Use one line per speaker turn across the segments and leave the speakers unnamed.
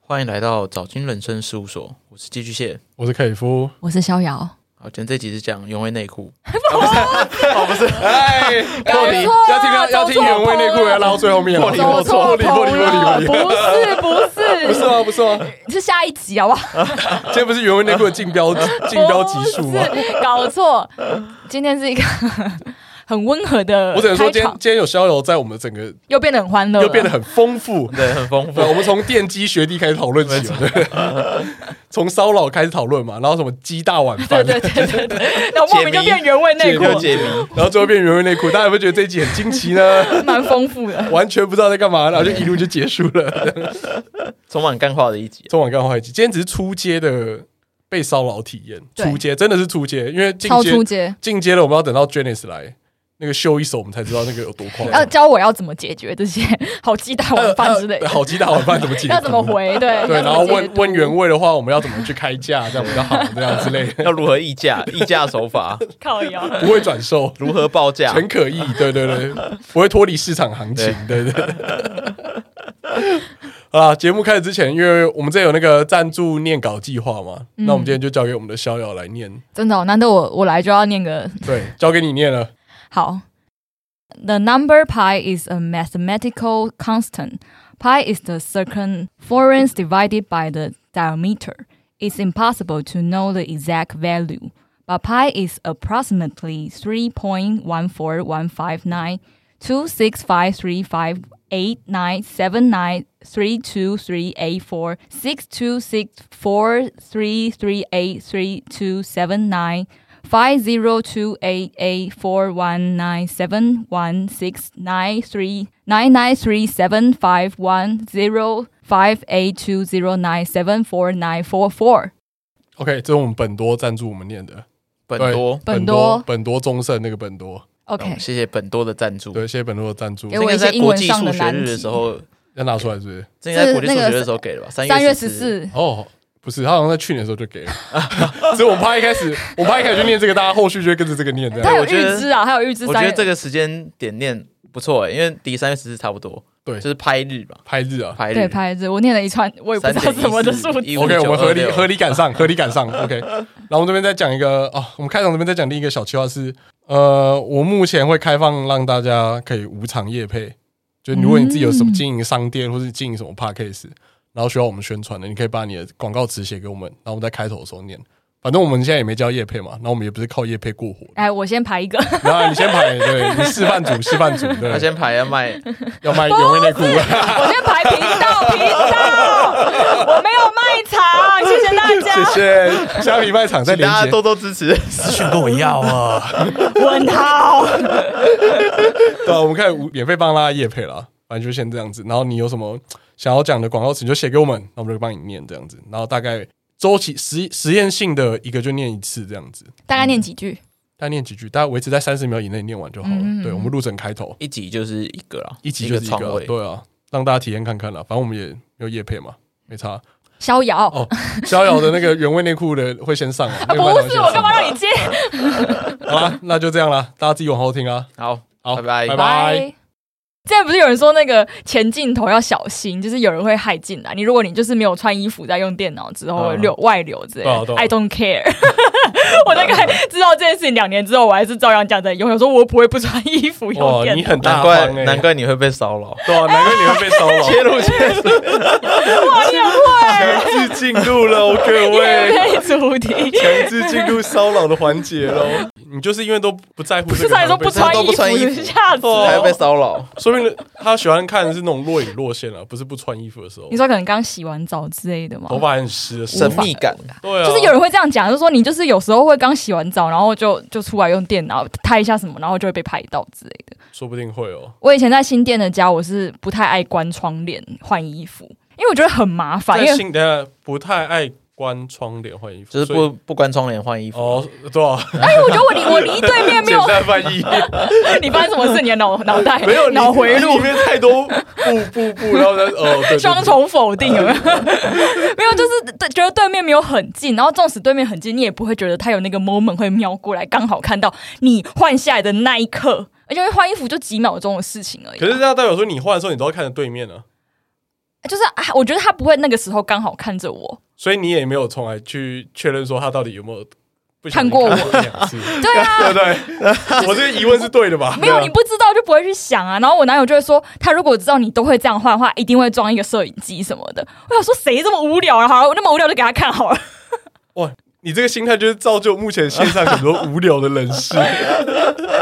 欢迎来到早金人生事务所，我是寄居蟹。
我是凯夫，
我是逍遥，
好，今天这集是讲原味内裤，啊不是，哦不是，哎，
破题要听到要听原味内裤，要拉到最后面了，
走
破
错
题破
头
题破
了，
题
不
破题，
是
不
不
是
是，
吗？不是吗？
是下一集好不好？
今天不是原味内裤的竞标竞标级数啊吗？
不是 搞错，今天是一个 很温和的
我只能说，
开
今天
场，
今天有逍遥在，我们整个
又变得很欢乐，
又变得。很丰富。
对，很 丰富
对，，我们从电击学弟开始讨论起嘛，对，从骚扰开始讨论嘛，然后什么鸡大碗
对
饭，
对对对对，然后莫名就变原味内
解
裤，
惑解谜，
然后最后变原味内裤，大家有没有觉得这一集很惊奇呢？
蛮丰富的。
完全不知道在干嘛，然后就一路就结束了。
充满干话的一集。
中网干话一集，今天只是初阶的被骚扰体验，
对
初阶真的是初阶，因为进
超
阶
出街，
进阶了，我们要等到 Janice 来那个秀一手，我们才知道那个有多夸
要
张。
教我要怎么解决这些 好鸡蛋
还有
碗饭之类的
还有，好鸡蛋碗饭怎么解？
要怎么？回？对
呃对，
要怎
然
么
后
解
问
读
问原味的话，我们要怎么去开价，这样比较好，这样之类的，
要如何议 价？议价手法
靠腰，
不会转售，
如何报
啊
价？
很可疑，对对对，不会脱离市场行情，对对对。 啊，节目开始之前，因为我们这有那个赞助念稿计划嘛，
嗯
那我们今天就交给我们的逍遥来念，
真的哦，难得我我来就要念个
对，交给你念了。
好，The number pi is a mathematical constant. Pi is the circumference divided by the diameter. It's impossible to know the exact value, but pi is approximately 3.14159. 2653589793238462643383279 Five zero two eight eight four one nine seven one six nine three nine nine three seven five one zero five eight two zero nine seven four nine four four。
OK，这是我们本多赞助我们念的，
本多
本多
本多中盛那个本多，
OK，
谢谢本多的赞助。
对，谢谢本多的赞助
给，
这
我
个
一
在
些英
国
文
际
上
数
的
学
难
日的时
题。
候，
要拿出来是不是？
这应该在
是
国际数
那个
学日的时候给了吧？
三
月
月十
四，
四，
哦，不是，他好像在去年的时候就给了， 所以我怕一开始，我怕一开始就念这个，大家后续就会跟着这个念这
他
样。
有
我觉得
预知啊，还有预知
我觉
三
得
月
这个时间点念不错欸诶，因为离三月十四差不多，
对
就是拍日嘛，
拍日啊
拍日
对拍子，我念了一串，我也不知道什么的数字。
，OK，我们合理合
理
理赶上，合理赶上，OK。然后我 们这边再讲一个哦，我们开场这边再讲另一个小计划是，呃，我目前会开放让大家可以无偿业配，就如果你自己有什么
嗯
经营商店或是经营什么 p a c k a s e 然后需要我们宣传的，你可以把你的广告词写给我们，然后我们在开头的时候念。反正我们现在也没交业配嘛，然后我们也不是靠业配过活的。
哎，我先排一个，
然后你先排，对你示范组，示范组，对
他，先排要卖，
要卖原味内 裤，
我先排频道，频道，我没有卖场，谢谢大家。
谢谢虾皮卖场在
请
连
大家
接
多多支持。
私讯跟我要啊，
问号。
对啊，我们开始无免费帮大家夜配了，反正就先这样子。然后你有什么想要讲的广告词，你就写给我们，那我们就帮你念这样子。然后大概周期实实验性的一个就念一次这样子，
大概念几句？
大概念几句，大概维持在三十秒以内念完就好了。
嗯嗯嗯
对，我们录成开头，
一集就是一个啦，
一集就是一
床
个，
位。
对啊，让大家体验看看啦。反正我们也没有夜配嘛，没差。
逍遥。
哦逍遥的那个原味内裤的会先上啊，那个版本会
不
先
是，
上
我干嘛让你接？
好啦，那就这样啦，大家自己往后听啊。
好，
好，
拜拜
拜拜。。
现在不是有人说那个前镜头要小心，就是有人会害进啊来。你如果你就是没有穿衣服在用电脑之后
嗯
流外流之类
对啊对
的
啊
，I don't care。我大概知道这件事情两年之后，我还是照样这样在用。有时候我不会不穿衣服用
哇，
电
哦你
脑，
很
难
大方
怪
哎
欸
难怪你会被骚扰，
对啊，难怪你会被骚扰。
切入切入，
哇，你很会。
强制进入喽，各位，
对，主题。
强制进入骚扰的环节喽。你就是因为都 不在乎
不
这
是
个，
他说不穿
都
衣
不
服，
穿衣服
吓死
哦
还会
我
被！骚扰。
说明他喜欢看的是那种若隐若现啊，不是不穿衣服的时候
你，说可能刚洗完澡之类的吗？
头发还很湿的时
神
候，
秘感，
对啊，
就是有人会这样讲，就是说你就是有时候会刚洗完澡，然后就就出来用电脑拍一下什么，然后就会被拍到之类的。
说不定会哦。
我以前在新店的家，我是不太爱关窗帘换衣服，因为我觉得很麻烦。
在
因为
新等一下不太爱关窗帘换衣服，
就是
所以
不不关窗帘换衣服，
哦，对啊，
哎，我觉得我离我离对面 没有，
单翻 译
你发生什么事？你的脑脑袋
没有你
脑回
你
路
里面太多不不不，然后呢，哦，对对对，
双重否定有没有？ 没有，就是对觉得对面没有很近，然后纵使对面很近，你也不会觉得他有那个 moment 会瞄过来，刚好看到你换下来的那一刻，而且因为换衣服就几秒钟的事情而已。
可是这样代表说，你换的时候，你都要看着对面呢、
就是啊我觉得他不会那个时候刚好看着我，
所以你也没有从来去确认说他到底有没有不小心
看过我
看一两次，
对
对不
啊，
对？我这个疑问是对的啊吧？
没有你不知道就不会去想啊。然后我男友就会说，他如果知道你都会这样换的话，一定会装一个摄影机什么的。我想说谁这么无聊啊？好，那么无聊就给他看好了。
哇，你这个心态就是造就目前线上很多无聊的人 士。
哎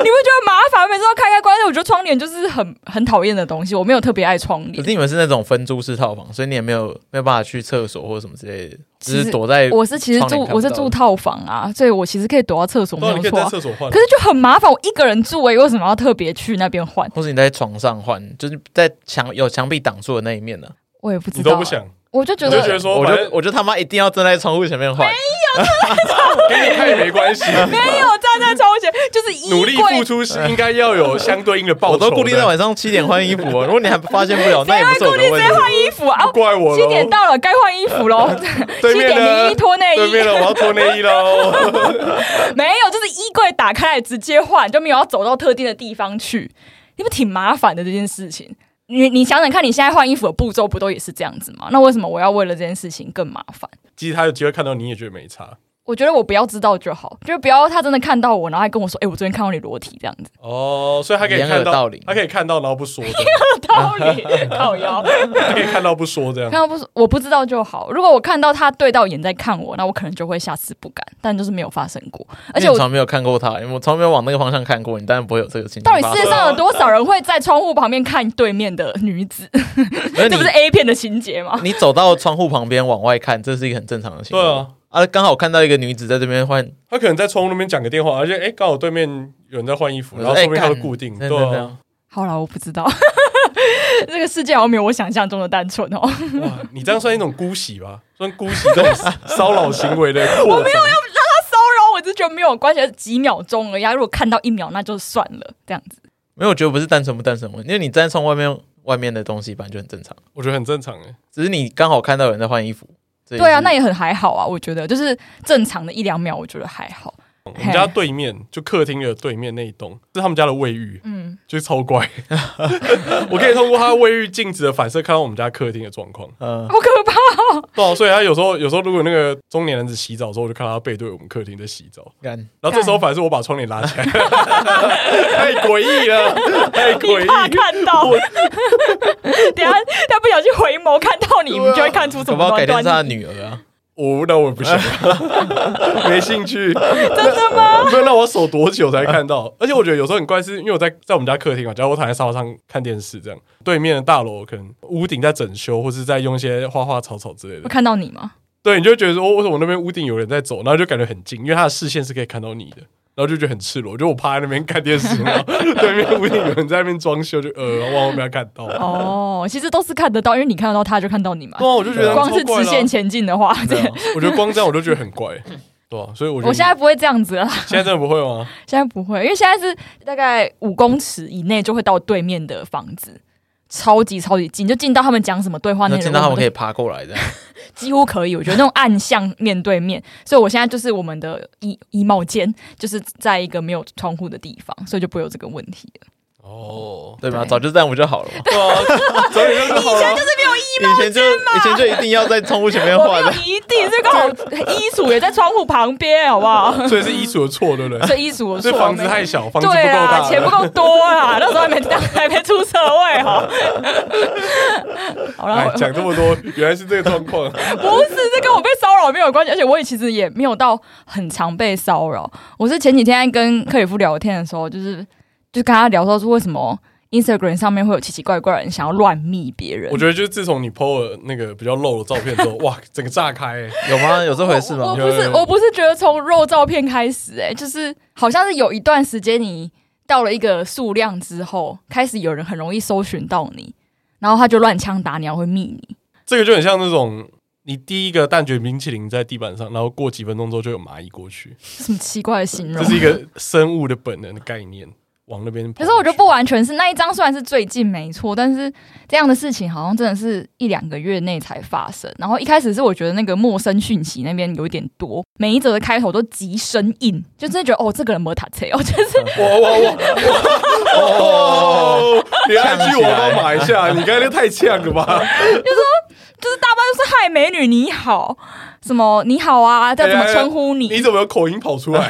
你会觉得麻烦，每次都要开开关关。我觉得窗帘就是很很讨厌的东西，我没有特别爱窗
可
帘
是。你们是那种分租式套房，所以你也没有没有办法去厕所或什么之类的，
其实
只是躲在
我是其实
窗
住
帘看不
我是
到
住套房啊，所以我其实可以躲到厕所没
对啊，
有
你可以
错、
在
啊。
厕所换
可。是就很麻烦，我一个人住诶、为什么要特别去那边换？
或是你在床上换，就是在墙有墙壁挡住的那一面呢、
我也不知
你
道、啊
都不想，
我就觉
你就觉
得
得说，
我
反
就
正
我就他妈一定要站在窗户前面换，
给你看也没关系，
没有站在窗前，就是 衣
努力付
柜。
出是应该要有相对应的报
我
酬的。
都固定在晚上七点换衣服、 哦。如果你还发现 不了，那也不是我的问题。
换衣服啊！
不怪我
七点
喽。
到了，该换衣服 喽。
对
七
面
点零一
的
脱内
对
衣，
面的我要脱内衣 喽。
没有，就是衣柜打开来直接换，就没有要走到特定的地方去，你不挺麻烦的这件事情。你你想想看，你现在换衣服的步骤不都也是这样子吗？那为什么我要为了这件事情更麻烦？
其实他有机会看到你也觉得没差
我觉得我不要知道就好，就是不要他真的看到我，然后还跟我说：“哎、我昨天看到你裸体这样子。
哦，所以他可以
一样
看
有
到，
道理
他可以看到然后不说这样，”
道理靠腰，
他可以看到不说这样
看。到不是我不知道就好。如果我看到他对到眼在看我，那我可能就会下次不敢，但就是没有发生过。而
因
且
为
我
你从来没有看过他，因为我从来没有往那个方向看过，你当然不会有这个情绪
到
发
底
生。
世界上有多少人会在窗户旁边看对面的女子？
因为
这不
你
是 A 片的情节吗？
你走到窗户旁边往外看，这是一个很正常的行
对
为。
啊，
啊，刚好看到一个女子在这边换，
他可能在窗户那边讲个电话，而且哎，刚好对面有人在换衣服，然后
哎
说不定他会
干
固定。
真
对
的这
啊，
样
好啦，我不知道， 这个世界好像没有我想象中的单纯哦。
哇，你这样算一种姑息吧？算姑息这种骚扰行为的扩张。
骚扰哦我就觉得没有关系，几秒钟而已啊。如果看到一秒，那就算了，这样子。
没有，我觉得不是单纯不单纯的问题，因为你站在窗外面外面的东西本来就很正常，
我觉得很正常哎。
只是你刚好看到有人在换衣服。这也
对啊，
是
那也很还好啊，我觉得就是正常的一两秒，我觉得还好。
我们家对面就客厅的对面那一栋是他们家的卫浴，
嗯，
就是超怪。 我可以通过他卫浴镜子的反射看到我们家客厅的状况。
呃，
好可怕哦！
对啊，所以他有时候有时候如果那个中年男子洗澡的时候，我就看到他背对我们客厅在洗澡。
干
然后这时候反而是我把窗帘拉起来， 太诡异了，太诡
你怕
异。
看到，等一下他不小心回眸看到你，你就会看出
啊搞
什
不
么
好改天
端
是他的
端倪。
女儿啊，
我那我不行， 没兴趣。
真的吗？
没有，那我手多久才看到？而且我觉得有时候很怪，是因为我在在我们家客厅嘛，啊假如我躺在沙发上看电视，这样对面的大楼可能屋顶在整修，或是在用一些花花草草之类
会
的，
看到你 吗？
对，你就会觉得说，哦，为什么那边屋顶有人在走？然后就感觉很近，因为他的视线是可以看到你的。然后就觉得很赤裸，就我趴在那边看电视， 然后对面屋顶有人在那边装修，就呃，往我没有看到。
哦，其实都是看得到，因为你看得到他，就看到你嘛。
对啊，我就觉得
光是
超怪
直
的啊
线，前进的话，
对啊
我觉得光这样我就觉得很怪，对啊，所以我觉得
我现在不会这样子了 啦，
现在真的不会 吗？
现在不会，因为现在是大概五公尺以内就会到对面的房子，超级超级近，就近到他们讲什么对话内
那
容，
见到他
我
们
都
可以爬过来这样。
几乎可以。我觉得那种暗巷面对面，所以我现在就是我们的衣衣帽间，就是在一个没有窗户的地方，所以就不会有这个问题了。
哦，
对吧？
对
早就这样不就好了嘛。
对啊，所以就是好了。
以前就以前就一定要在窗户前面
我没
换
有
的，
一定，这个好衣橱也在窗户旁边，好不好？
所以是衣橱的错，对不对？
这衣橱我
是
说
房子
啊没
太小，房子不够
对啊，
大，
钱不够多 啊，那时候还没当还没出社会哈。好了，
哎，
我
讲这么多，原来是这个状况。
不是这跟我被骚扰没有关系，而且我也其实也没有到很常被骚扰。我是前几天跟克里夫聊天的时候，就是就跟他聊说是为什么 Instagram 上面会有奇奇怪怪的人想要乱密别人。
我觉得就是自从你 PO 了那个比较露的照片之后，哇，整个炸开、欸。
有吗？有这回事
我我
吗？
不
有
是
有有
我不是觉得从肉照片开始、欸，就是好像是有一段时间你到了一个数量之后，开始有人很容易搜寻到你，然后他就乱枪打鸟，会密你。
这个就很像那种你第一个蛋卷冰淇淋在地板上，然后过几分钟之后就有蚂蚁过去，
什么奇怪的形
这
容？
是一个生物的本能的概念。往那边跑去。
可是我觉得不完全是那一张，虽然是最近没错，但是这样的事情好像真的是一两个月内才发生。然后一开始是我觉得那个陌生讯息那边有一点多，每一则的开头都极生硬，就真的觉得哦，这个人没塔车哦，就是
我我我哦，你来句我帮买一下，你刚才太呛了 吧？
就是大半都是嗨美女你好，什么你好
哎
啊，要怎么称呼你？
你怎么有口音跑出 来？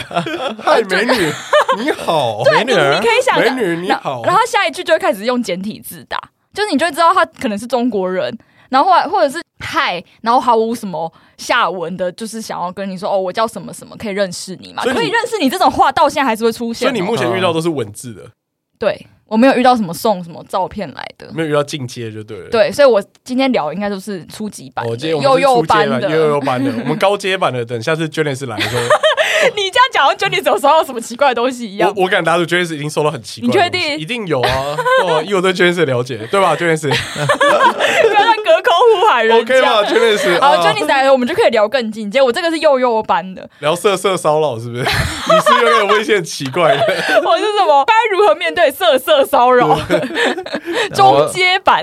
嗨，美女，你好，
美女
啊你
儿
可以想
美
象
女你
然
好。
然后下一句就会开始用简体字打，就是你就会知道他可能是中国人，然后或或者是嗨，然后毫无什么下文的，就是想要跟你说哦，我叫什么什么，可以认识你嘛？
所以你
可以认识你这种话到现在还是会出现
所
哦、
以你目前遇到都是文字的，
对我没有遇到什么送什么照片来的。
没有遇到进阶就对了。，
对，所以我今天聊应该都是初级版的、
我哦今天我
幼
们是
幼
初阶
班
版
的。
幼幼班的，我们高阶版的，等下次 Janice 来的时候，
你这样讲，我觉得你有收到什么奇怪的东西一样。
我我敢打赌 Janice 已经收到很奇怪的
你确
东西
定
一定有啊， 对啊，因为我对 Janice 了解，对吧？Janice
不要再隔空呼喊人家。
OK 吧？Janice
好
啊，
就你来了，我们就可以聊更进阶。我这个是幼幼班 的，
聊色色骚扰是不是？ 你是不是有点危险奇怪的？
我是什么？该如何面对色色骚扰？
啊
中阶 版，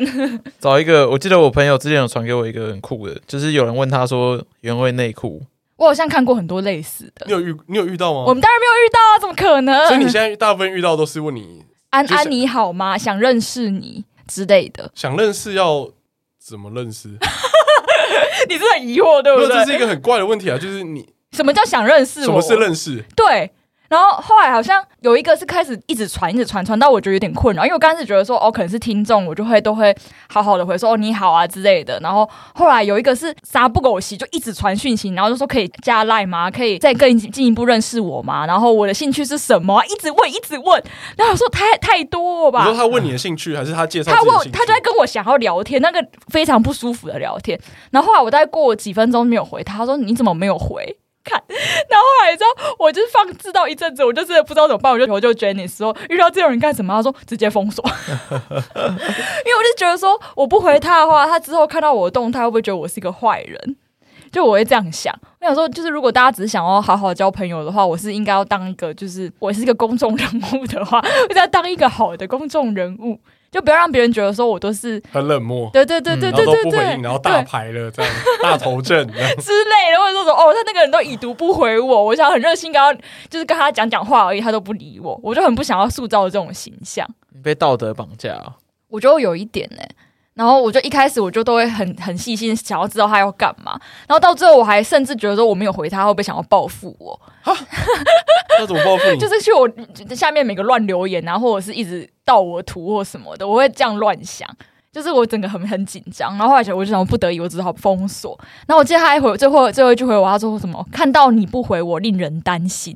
找一个，我记得我朋友之前有传给我一个很酷的，就是有人问他说原味内裤，
我好像看过很多类似的
你。有遇你有遇到
我
吗？
们当然没有遇到啊，怎么可能？
所以你现在大部分遇到都是问你
安
就是
安你好吗？想认识你之类的，
想认识要怎么认识？
你是很疑惑对
没
不
有，这是
对？
一个很怪的问题啊，就是你
什么叫想认识我？
什么是认识？
对。然后后来好像有一个是开始一直传，一直传，传到我觉得有点困扰，因为我刚开始觉得说哦，可能是听众，我就会都会好好的回说哦你好啊之类的。然后后来有一个是啥不狗席，就一直传讯息，然后就说可以加 line 吗？可以再更进一步认识我吗？然后我的兴趣是什么啊？一直问，一直问。然后我说太太多了
你说
吧。
他问你的兴趣，还是他介绍
他
自己
问
的
我
兴趣？
他就在跟我想要聊天，那个非常不舒服的聊天。然后后来我大概过了几分钟没有回他，他说你怎么没有回？看，然后后来之后，我就是放置到一阵子，我就真的不知道怎么办，我就求救 Jenny 说，遇到这种人干什么？他说直接封锁， 因为我就觉得说，我不回他的话，他之后看到我的动态，会不会觉得我是一个坏人？就我会这样想，我想说，就是如果大家只是想要好好交朋友的话，我是应该要当一个，就是我是一个公众人物的话，我就要当一个好的公众人物，就不要让别人觉得说我都是
很冷漠，
对对对对
嗯
然后
对
都
对
不
对，
回应，然后大
对
牌了这样，大头阵。 这样
之类的，或者说什么哦，他那个人都已读不回我，我想很热心跟他就是跟他讲讲话而已，他都不理我，我就很不想要塑造这种形象，
你被道德绑架、 哦，
我就有一点呢、然后我就一开始我就都会很很细心，想要知道他要干嘛。然后到最后，我还甚至觉得说我没有回他，他会不会想要报复我？
那怎么报复你？
就是去我下面每个乱留言啊，或者是一直盗我图或什么的，我会这样乱想。就是我整个很很紧张，然后后来我就想不得已，我只好封锁。然后我记得他还回最后最后一句回我，他说什么？看到你不回我，令人担 心。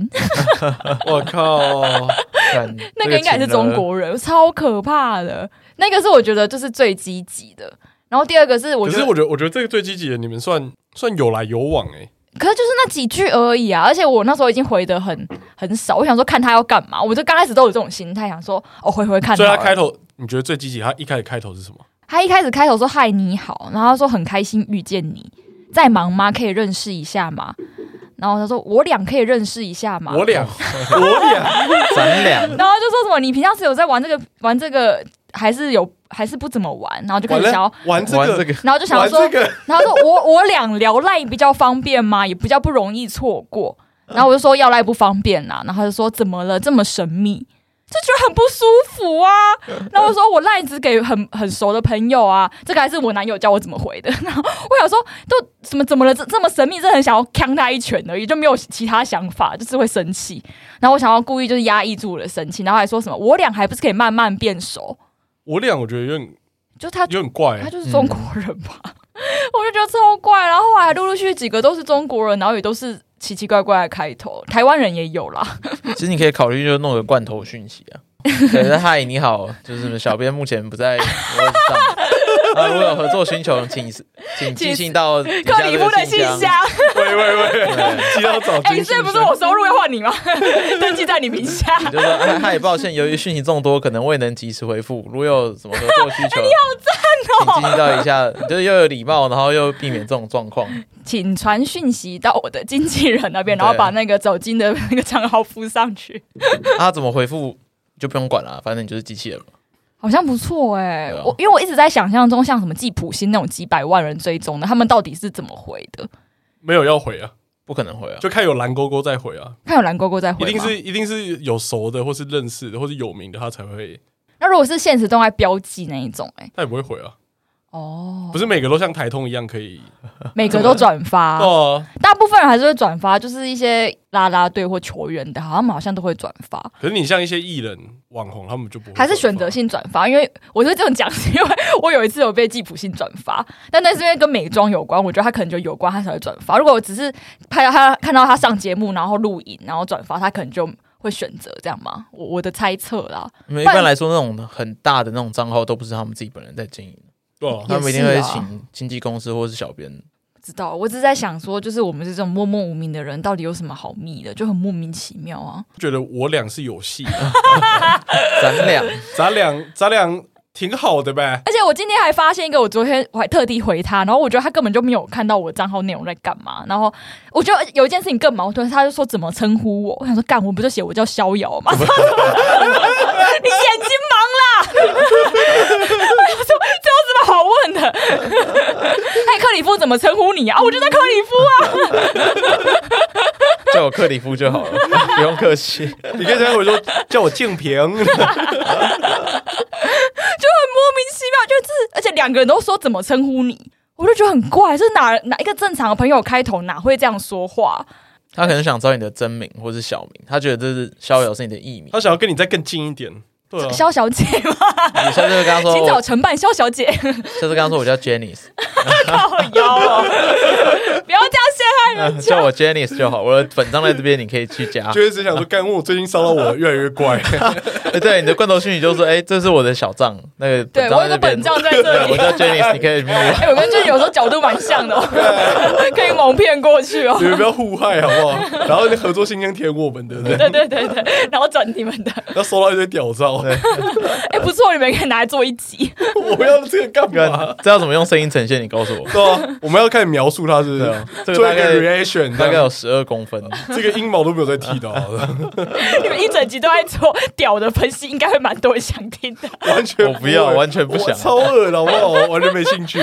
我靠，干
那个应该也是中，国人，超可怕的。那个是我觉得就是最积极的。然后第二个是我
可
觉
是
得，
我觉得，我觉得这个最积极的，你们算算有来有往哎。
可是就是那几句而已啊。而且我那时候已经回的很很少，我想说看他要干嘛，我就刚开始都有这种心态，想说哦回回看好
所以
了。
他开头，你觉得最积极？他一开始开头是什么？
他一开始开头说“嗨，你好”，然后他说很开心遇见你，在忙吗？可以认识一下吗？然后他说我俩可以认识一下吗？
我俩，我俩，
咱俩
然后就说什么你平常是有在玩这个玩这个，还是有还是不怎么玩？然后就开
完
始想要
了，，玩这
玩这
个，
个，
然后就想要
玩
说，
这个，
然后说我我俩聊赖比较方便吗？也比较不容易错过。然后我就说要赖不方便啦，然后他就说怎么了这么神秘，就觉得很不舒服啊。然后我说我赖只给很很熟的朋友啊，这个还是我男友教我怎么回的。 然后我想说都怎么怎么了这这么神秘，真的很想要呛他一拳而已，就没有其他想法，就是会生气。然后我想要故意就是压抑住我的生气，然后还说什么我俩还不是可以慢慢变熟，
我俩，我觉得有点
就他
有点怪
他
欸。
就是中国人吧？ 我就觉得超怪。然后后来陆陆续续几个都是中国人，然后也都是奇奇怪怪的开头，台湾人也有啦。
其实你可以考虑就弄个罐头讯息啊。可是嗨，你好，就是小编目前不在我位置上。啊，如果有合作需求，请请寄信到克
克里夫的信箱，
喂喂喂，
对，
记到找
哎、
金
这
先
不是
生
我收入要换你吗？登记在你名下。
你就说哎嗨，抱歉，由于讯息众多，可能未能及时回复。如有什么合作需
哎
求，
哦
请尽到一下，你就又有礼貌，然后又避免这种状况。啊
请传讯息到我的经纪人那边，然后
对
把那个走金的那个账号附上去。
他、怎么回复？就不用管了，啊反正你就是机器人嘛。
好像不错哎、
对啊
我因为我一直在想象中像什么吉普星那种几百万人追踪的，他们到底是怎么回的？
没有要回啊，
不可能会啊，
就看有蓝勾勾再回啊，
看有蓝勾勾在回
一
吗
定是一定是有熟的或是认识的或是有名的，他才会，
那如果是现实动态标记那一种、哎，
他也不会回啊，
哦，
不是每个都像台通一样可以，
每个都转发，
哦，
大部分人还是会转发，就是一些啦啦队或球员的，好像他们好像都会转发，
可是你像一些艺人网红，他们就不会啊
还是选择
转
性转发。因为我是这种讲，是因为我有一次有被吉普性转发，但那是因为跟美妆有关，我觉得他可能就有关，他才会转发。如果我只是看到他看到他上节目，然后录影，然后转发，他可能就会选择这样嘛，我我的猜测啦。
因为一般来说那种很大的那种账号都不是他们自己本人在经营，
发，对啊，
他们一定会
也是啊
请经纪公司或是小编。
知道，我只是在想说，就是我们这种默默无名的人，到底有什么好密的，就很莫名其妙啊。
觉得我俩是有戏的，
咱 俩
咱俩咱俩挺好的呗，
而且我今天还发现一个，我昨天我还特地回他，然后我觉得他根本就没有看到我账号内容在干嘛。然后我觉得有一件事情更矛盾，他就说怎么称呼我，我想说干，我不就写我叫逍遥吗？你眼睛盲啦！我说这有什么好问的？嘿，哎克里夫怎么称呼你啊？我就叫克里夫啊。
叫我克里夫就好 了，不用客气。
你可以这样回说，叫我 静平，
莫名其妙，就是而且两个人都说怎么称呼你，我就觉得很怪，就是哪哪一个正常的朋友开头哪会这样说话？
他可能想找你的真名或是小名，他觉得这是逍遥是你的艺 名，
他想要跟你再更近一点，对啊，
肖小姐吗？
你下次就跟他说，
请找
我
承办肖小姐，
下次跟他说我叫 Jenny，
靠腰哦， 不要这样陷害人家。
叫我 Jenny 就好，我的本账在这边，你可以去加。
就是只想说，干问我最近烧到我越来越 怪，
哎对，你的罐头虚拟就说，哎，这是我的小账，那个
对
本账
我
在
有
这边，
个本账在这
对我
里。
叫 Jenny，你可 以
哎、我跟俊有时候角度蛮像的、哦， 可以蒙骗过去哦
你。们不要互害好不好？然后你合作新疆舔我们，对不对？
对对对对，然后转你们的，
然后收到一堆屌照，
哎、不错，你们可以拿来做一集。
我们要这个干嘛
干？，这要怎么用声音呈现？你告诉 我。
对啊，我们要开始描述它，是不
对
是
啊？这个
做
大
一
概
个 reaction，
啊
大概
这样
有十二公分，
这个阴毛都没有在剃到，
你们一整集都在做屌的分析，应该会蛮多人想听的。
完全
我不要
会
完全不想
我超恶的好不好？我 完全没兴趣。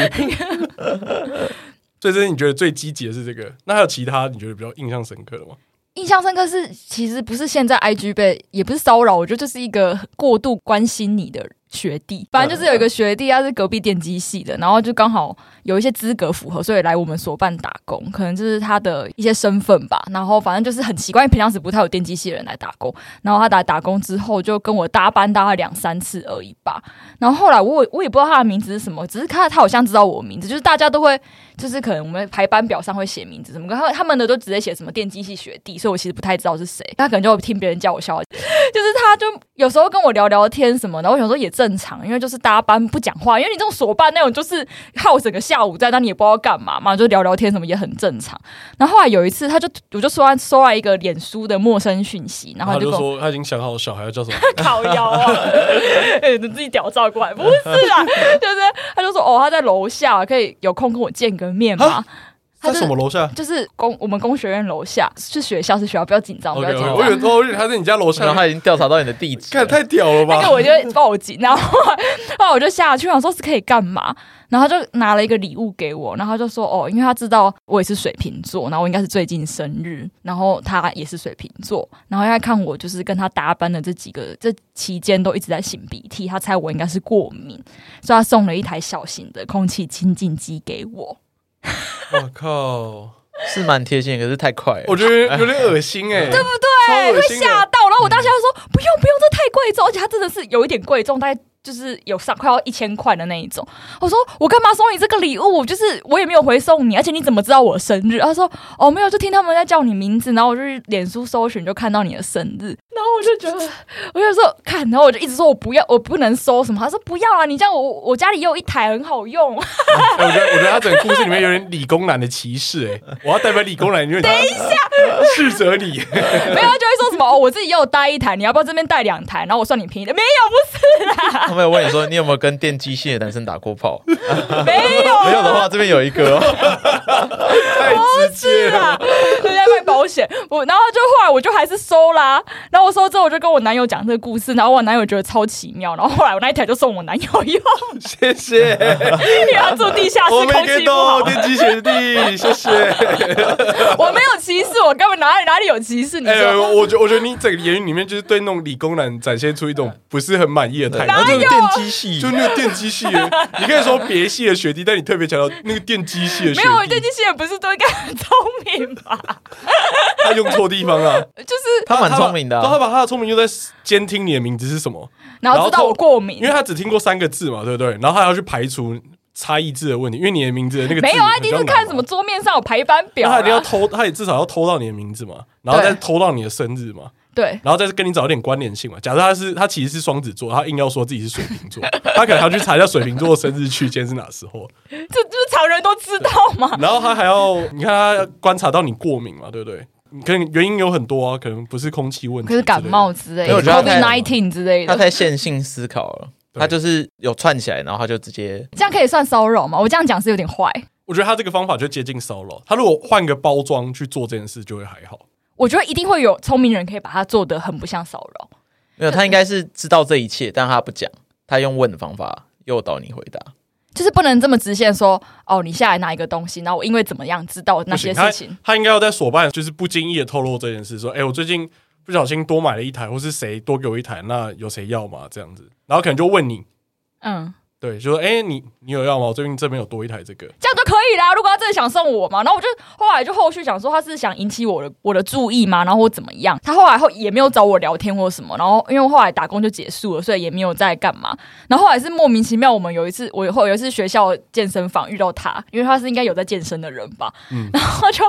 所以这是你觉得最积极的是这个，那还有其他你觉得比较印象深刻的吗？
印象深刻是，其实不是现在 IG 被，也不是骚扰，我觉得就是一个过度关心你的学弟。反正就是有一个学弟，他是隔壁电机系的，然后就刚好有一些资格符合，所以来我们所办打工，可能就是他的一些身份吧。然后反正就是很奇怪，因为平常时不太有电机系的人来打工。然后他来打工之后，就跟我搭班搭了两三次而已吧。然后后来我也我也不知道他的名字是什么，只是看他好像知道我名字，就是大家都会就是可能我们排班表上会写名字什么，然后他们的都直接写什么电机系学弟，所以我其实不太知道是谁。他可能就听别人叫我笑， 就是他就有时候跟我聊聊天什么，然后我想说也正常，因为就是大家班不讲话，因为你这种所办那种就是耗整个下午在那，你也不知道干嘛嘛，就聊聊天什么也很正常。然后后来有一次，他就我就收到收到一个脸书的陌生讯息，然后
哦他
他就
就
跟我
说他已经想好小孩要叫什么，
烤 腰啊，欸你自己屌照过来，不是啊，就是他就说哦，他在楼下，可以有空跟我见个面吗
啊？在
就
什么楼下
就是工我们工学院楼下是学校是学校，不要紧张，不要
？OK，
紧
我以
张。
为我以为他在你家楼
然后
下，
他已经调查到你的地址了，
看太屌了
那
吧
个？我就报警，然后后来我就下去，想说是可以干嘛，然后他就拿了一个礼物给我，然后他就说哦，因为他知道我也是水瓶座，然后我应该是最近生日，然后他也是水瓶座，然后他看我就是跟他搭班的这几个这期间都一直在擤鼻涕，他猜我应该是过敏，所以他送了一台小型的空气清净机给我。
我靠！
是蛮贴心的，可是太快了
我。觉得有点恶心 哎、对不
哎，
对
会吓到，然后我当下就说不用不用，这太贵重，而且它真的是有一点贵重，大概就是有上快要一千块的那一种。我说我干嘛送你这个礼物？就是我也没有回送你，而且你怎么知道我生日？他说哦没有，就听他们在叫你名字，然后我就去脸书搜寻就看到你的生日，然后我就觉得我就说看，然后我就一直说我不要，我不能收什么。他说不要啊，你这样我我我家里也有一台很好用。
哎我觉得我觉得他整个故事里面有点理工男的歧视哎、我要代表理工男，因为等一下斥责你，
没有，他就会说什么哦，我自己也有带一台，你要不要这边带两台？然后我算你便宜的，没有，
他没有问你说你有没有跟电机系的男生打过炮？
不是，没 有，
没有的话，这边有一个哦。
太直接
是
了。
啊，人家卖保险，我然后就后来我就还是收啦。然后我收之后，我就跟我男友讲这个故事，然后我男友觉得超奇妙。然后后来我那一台就送我男友用，
谢谢，
因为他住 地下室，
我每
空气
天
不好
都。天机学弟，谢 谢。
哎
我没有歧视，我根本哪里哪里有歧视你？
哎、
知道吗
我觉我觉得你整个言语里面就是对那种理工男展现出一种不是很满意的态
然后
度，
就是电机系
就，那个电机系的， 你可以说别系的学弟，但你特别强调那个电机系的学
没有，这
弟，
机器人不是都应该很聪明吧？
他用错地方了、
就是
他蛮聪明的
然后
啊、
他把他的聪明用在监听你的名字是什么，
然后知道我过敏
因为，他只听过三个字嘛，对不对？然后他要去排除差异字的问题，因为你的名字的那个字
没有啊，一
比
定
较
是
难嘛
看什么桌面上有排班表
那
啊
他一定要偷，他也至少要偷到你的名字嘛，然后再偷到你的生日嘛，
对。
然后再跟你找点关联性嘛。假设他是他其实是双子座，他硬要说自己是水瓶座，他可能要去查一下水瓶座的生日区间是哪时候，
这就是常人都知道嘛。
然后他还要你看他观察到你过敏嘛，对不对？可能原因有很多啊，可能不是空气问题，
可是感冒，之类
没有
的
我觉得
，COVID
他太
nineteen 之类
他
的，
太线性思考了，
对
他就是有串起来，然后他就直接
这样可以算骚扰吗？我这样讲是有点坏。
我觉得他这个方法就接近骚扰。他如果换个包装去做这件事，就会还好。
我觉得一定会有聪明人可以把它做得很不像骚扰。
没有，他应该是知道这一切，但他不讲，他用问的方法诱导你回 答。
就是不能这么直线说哦，你下来拿一个东西，然后我因为怎么样知道那
不
些
行，
事
他
情，
他应该要在所办就是不经意的透露这件事，说：“哎、我最近不小心多买了一台，或是谁多给我一台，那有谁要吗？”这样子，然后可能就问你，
嗯，
对，就说：“哎、你你有要吗？我最近这边有多一台这个。
这样就可以啦。如果他真的想送我嘛，然后我就后来就后续想说他是想引起我的我的注意嘛，然后我怎么样？他后来后也没有找我聊天或什么，然后因为我后来打工就结束了，所以也没有再干嘛。然后后来是莫名其妙，我们有一次我后有一次学校健身房遇到他，因为他是应该有在健身的人吧，然后就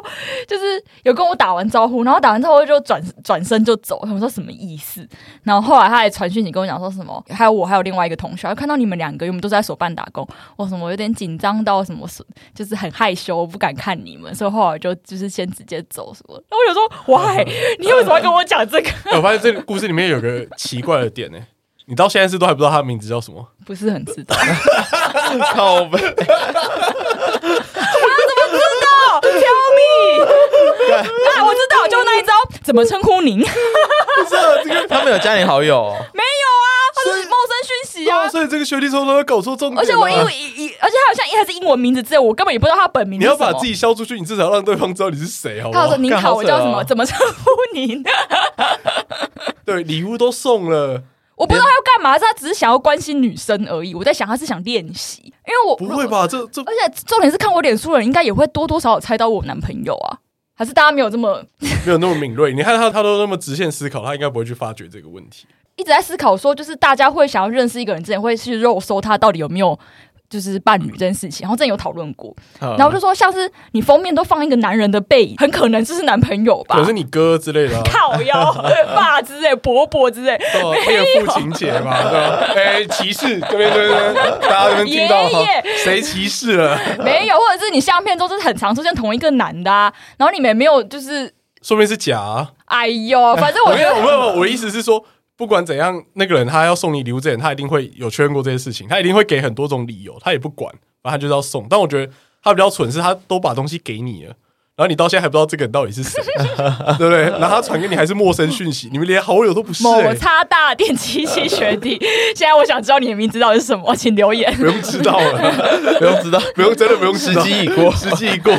就是有跟我打完招呼，然后打完招呼就转转身就走，他们说什么意思？然后后来他还传讯息跟我讲说什么，还有我还有另外一个同学，看到你们两个，因为我们都在所办打工，我什么有点紧张到什么，就是很害羞，不敢看你们，所以后来就就是先直接走什么。然后我 想说，喂，你为什么要跟我讲这个？
哎我发现这个故事里面有个奇怪的点呢、你到现在是都还不知道他的名字叫什么？
不是很知道，
靠背，
哦，tell me，那我知道，就那一招，怎么称呼 您？没有
啊他没有加你好友、哦，
啊，他是陌生讯息啊
哦，。所以这个学弟从头到尾搞错重点、啊，
而且我英英英，而且他好像一还是英文名字之类，我根本也不知道他本名
你
是什
要
么。
把自己消出去，你至少要让对方知道你是谁，好不
他有
好
说：“？您
干
好，
好
我
扯
叫
哦
什 么？怎么称呼您？”
对，礼物都送了，
我不知道他要干嘛，是他只是想要关心女生而已。我在想，他是想练习，因为我
不会？吧？这这
而且重点是看我脸书的人，应该也会多多少少猜到我男朋友啊。还是大家没有这么
没有那么敏锐。你看他，他都那么直线思考，他应该不会去发掘这个问题。
一直在思考说，就是大家会想要认识一个人之前，会去肉搜他到底有没有就是伴侣这件事情，然后之前有讨论过，
然
嗯
然后我就说像是你封面都放一个男人的背影，很可能就是男朋友吧
可，是你哥之类的、啊，
靠腰、爸之类、伯伯之类，
哦，恋父情节嘛，对吧？哎，歧视这边这边，大家能听到哈
爷，
谁歧视了？
没有，或者是你相片中就是很常出现同一个男的啊，然后你们也没有就是，
说明是假、啊。
哎呦，反正我觉
没有，没
得。
有，我的意思是说，不管怎样，那个人他要送你礼物之前，他一定会有确认过这些事情，他一定会给很多种理由，他也不管，反正他就是要送。但我觉得他比较蠢，是他都把东西给你了。然后你到现在还不知道这个人到底是谁，对不对？然后他传给你还是陌生讯息，你们连好友都不是、
某
欸，
差大电机系学弟， 现在我想知道你的名字到底是什么，请留 言。
不用知道了，
不用知道，
不用真的不用 知
时
道，
机已过，
时机已过。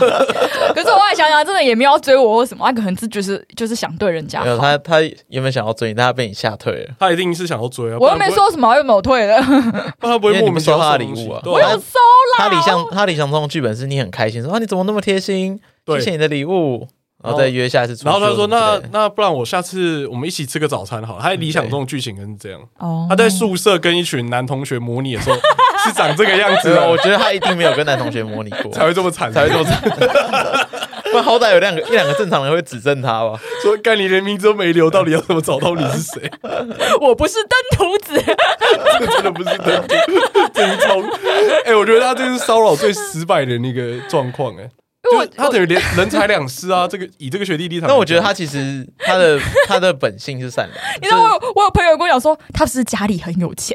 可是我后来想想，真的也没有要追我或什么，他可能是就是就是想对人家
没。有他，他原本想要追你，但他被你吓退了。
他一定是想要追啊，
我又没说什么，又没有退了，
不然不
因为
会莫
你
名
不
其
收
妙
他的
送
礼
东西
物啊，
对
我
啊
有收啦。
他理想他理想中的剧本是你很开心，说啊你怎么那么贴心，
对
谢谢你的礼物，然后再约下次出去
然后他说：“
或什么
那
之类的
那不然我下次我们一起吃个早餐好了。”他理想中的剧情可能是这样：
哦
他在宿舍跟一群男同学模拟的时候是长这个样子
对啊，我
的，
觉得他一定没有跟男同学模拟过，
才会这么惨，
才会这么惨。不然好歹有两个一两个正常人会指正他 吧？
说干你连名字都没留，到底要怎么找到你是谁？
我不是登徒 子，
这真的不是登 这一招。哎，我觉得他这是骚扰最失败的那个状况哎。
因为
就是
我
他等于连人财两失啊。这个以这个学弟立场来讲，
那我觉得他其实他的 他的本性是善良，
你知道我
就是
有我有朋友跟我讲说，他是不是家里很有钱，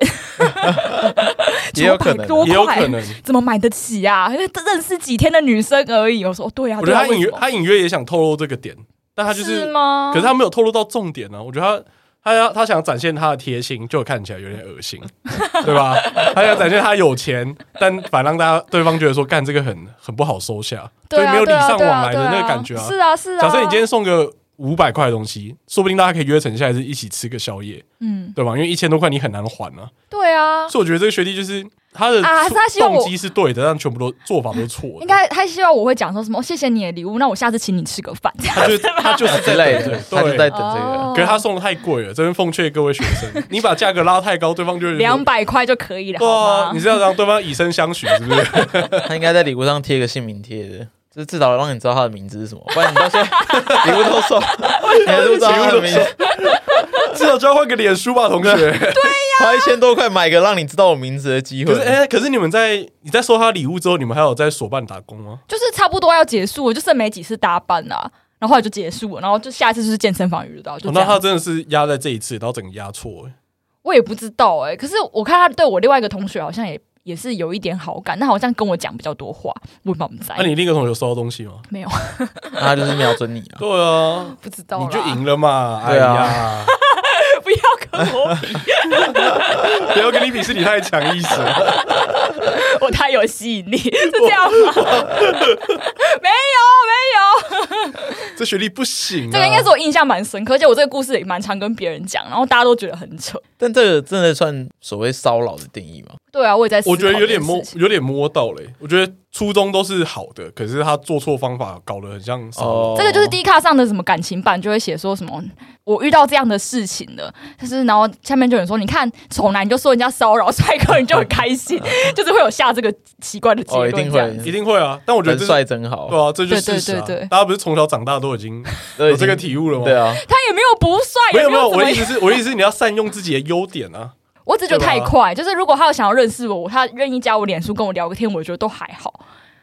也有
九百
可能
多
也有
块
可，能，
怎么买得起呀、啊？因为认识几天的女生而已。我说哦，对啊，
我觉得
对啊
他隐
为
约
什么
他隐约也想透露这个点，但他就是
吗？
可是他没有透露到重点呢、啊我觉得他他要他想展现他的贴心，就看起来有点恶心， 对吧？他想展现他有钱，但反让大家对方觉得说干这个很很不好收下，
对啊
没有礼
对啊
尚
对啊
往来的
对啊
那个感觉啊。
是啊是啊。
假设你今天送个五百块的东西，说不定大家可以约成下一次一起吃个宵夜，
嗯，
对吧？因为一千多块你很难还啊。
对啊，
所以我觉得这个学弟就是他的
啊
出
他希望我
动机是对的，但全部都做法都是错的。
应该他希望我会讲说什么？哦谢谢你的礼物，那我下次请你吃个饭。
他就他就是
之
在
类
等
的
着，
他就
对
在等这
哦
个。
可是他送的太贵了，这边奉劝各位学 生，你把价格拉太高，对方就会觉得
两。百块就可以了，
对啊
好，
你
吗？
是要让对方以身相许，是不是？
他应该在礼物上贴个姓名贴的，就是至少让你知道他的名字是什么，不然你到现 在礼物都送，你还是不知道他的名字，
至少交换个脸书吧，同学。
花一千多块买个让你知道我名字的机
可
会
是，。哎，可是你们在你在收他礼物之后，你们还有在所办打工吗？
就是差不多要结束，我就剩没几次搭班啦、然后后来就结束了，然后就下一次就是健身房遇到，就
哦那
这样。
他真的是压在这一次，然后整个压错。哎
我也不知道哎、可是我看他对我另外一个同学好像也也是有一点好感，那好像跟我讲比较多话，我也不知道。
啊那你另一个同学有收到东西吗？
没有
那他就是瞄准你啊！
对 啊，
不知道啦，
你就赢了嘛。哎
对啊
呀，
不要跟我比，
不要跟你比，是你太强意识 了。
我太有吸引力，是这样吗？ 没有 没有，
这学历不行啊。
这个应该是我印象蛮深刻，而且我这个故事也蛮常跟别人讲，然后大家都觉得很扯。
但这个真的算所谓骚扰的定义吗？
对啊，我也在思考
我觉得有点
这件
摸
事，情
有点摸到嘞、我觉得初衷都是好的，可是他做错方法，搞得很像什
哦
么？
这个就是 D 卡上的什么感情版就会写说什么我遇到这样的事情了，就是然后下面就有人说你看丑男你就说人家骚扰帅哥你就很开心， 就是会有下这个奇怪的结
哦，一定
论这样。
会，哦
一定会啊。但我觉得
人
这是
帅真好
对，啊，这就是
对对
事实啊。
对对
大家不是从小长大都已 经
都已
有
经
这个体悟了吗？
对。啊，
他也没有不帅，
没有
也
没有，我
怎
的
么
意
样，
思 是，我的意思是你要善用自己的优点啊。
我只觉得
对吧啊
太快，就是如果他有想要认识我，他愿意加我脸书跟我聊个天，我觉得都还好。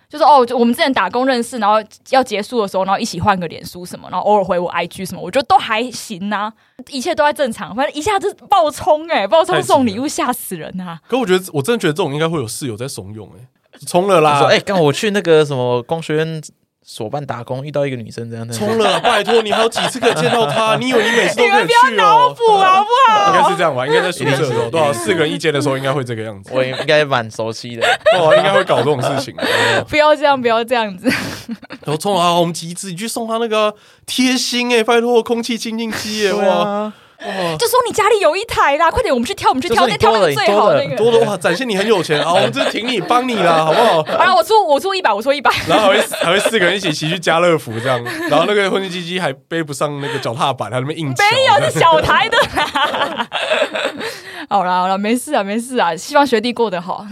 就是哦，就我们之前打工认识，然后要结束的时候，然后一起换个脸书什么，然后偶尔回我 IG 什么，我觉得都还行呐、一切都在正常。反正一下子爆冲哎、爆
太
冲
急了
送礼物吓死人啊！
可我觉得，我真的觉得这种应该会有室友在怂恿哎、冲了
我
啦，
说哎，刚我去那个什么工学院所办打工，遇到一个女生这样这样
冲了 啦，拜托你还有几次可以见到他？你以为你每次都
你
可以
们不要
去
脑
哦、
补好不好？
应该是这样吧？应该在宿舍的时
一定
候，
是
对啊，四个人一间的时候应该会这个 样子，
我应该蛮熟悉 的。
对啊，应该会搞这种事情。
不要这样，不要这样子。
然后冲啊，我们极致，你去送他那个 贴心哎、拜托，空气清净机哎、哇
啊，
哇，
就说你家里有一台啦，快点，我们去挑，我们去挑，
就
再
是
挑那个
你多了
最好的
你
那个。
多的哇，展现你很有钱啊，我们这挺你，帮你 啦，好不好？
好了，我出我出一百，我出一百。
然后还会还会四个人一起骑去家乐福这样，然后那个空气清净机还背不上那个脚踏板，还在那边硬
没
翘
有，是小台的 啦。好啦好啦，没事啊没事啊，希望学弟过得好。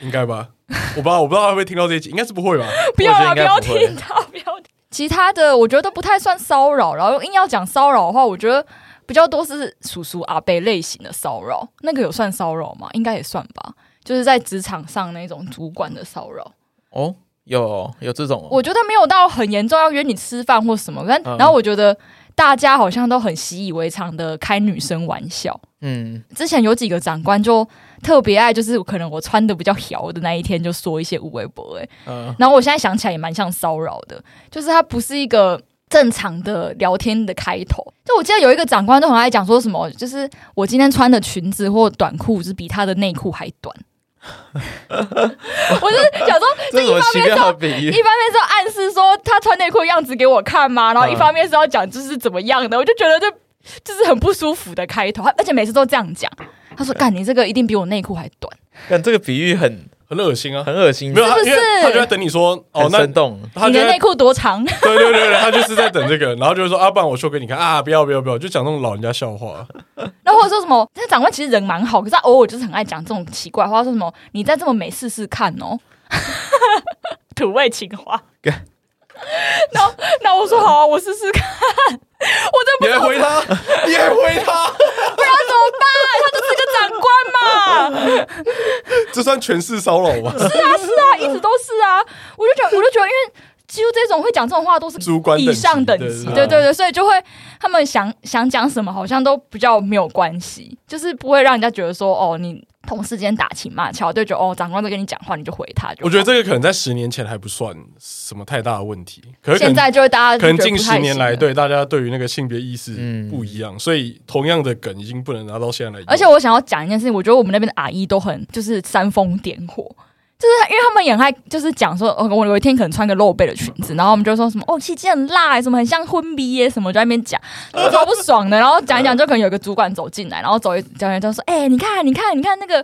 应该吧？我不知道，我不知道他会不会听到这一集，应该是不会吧？
不要啦，
我觉得应
不
该
要
不会
听到，不要听。其他的我觉得都不太算骚扰，然后硬要讲骚扰的话，我觉得比较多是叔叔阿伯类型的骚扰，那个有算骚扰吗？应该也算吧，就是在职场上那种主管的骚扰。
哦，有哦有这种哦，
我觉得没有到很严重，要约你吃饭或什么。但、
嗯
然后我觉得大家好像都很习以为常的开女生玩笑。
嗯，
之前有几个长官就特别爱，就是可能我穿的比较摇的那一天，就说一些无微博哎、
嗯
然后我现在想起来也蛮像骚扰的，就是它不是一个。正常的聊天的开头，就我记得有一个长官都很爱讲说什么，就是我今天穿的裙子或短裤是比他的内裤还短， 我就是想说
这是什么奇妙的比
一
喻？
方面是要暗示说他穿内裤的样子给我看
嗯
嘛，然后一方面是要讲就是怎么样的，我就觉得这就是很不舒服的开头，而且每次都这样讲。他说：“干，你这个一定比我内裤还短。
但这个比喻很
很恶心啊，
很恶心，
没有，他
是不
因
嗯是
为他就在等你说哦
很，
那
生动。
他
你
就
的
在
内裤多长？
对对对，对他就是在等这个，然后就会说啊，不然我秀给你看啊，不要不要不要，就讲那种老人家笑话。
然后或者说什么？那长官其实人蛮好，可是他偶尔就是很爱讲这种奇怪话，说什么你再这么美试试看哦， 土味情话。
干
然后，然后我说好啊，我试试看。我真不
你
知
还
道
回他，你还回他，
怎么办，他就是个长官嘛。
这算权势骚扰吗？
是啊，是啊，一直都是啊。我就觉得，我就觉得，因为几乎这种会讲这种话都 是
主管等级
以上等级，
对对
对
对
对对，所以就会他们想想讲什么，好像都比较没有关系，就是不会让人家觉得说哦，你同事间打情骂俏，对，就哦，长官在跟你讲话，你就回他就好。
我觉得这个可能在十年前还不算什么太大的问题，可是可
现
能
在就会大家
可能
就觉得
近
不太
十年
行
来，
了。
对大家对于那个性别意识
嗯
不一样，所以同样的梗已经不能拿到现在来用。
而且我想要讲一件事情，我觉得我们那边的阿姨都很就是煽风点火，就是因为他们也很爱就是讲说，哦，我有一天可能穿个露背的裙子，然后我们就说什么哦，气质很辣、欸，什么很像婚逼耶、什么，就在那边讲，超不爽的。然后讲一讲，就可能有一个主管走进来，然后走一讲一讲就说，哎、你看，你看，你看那个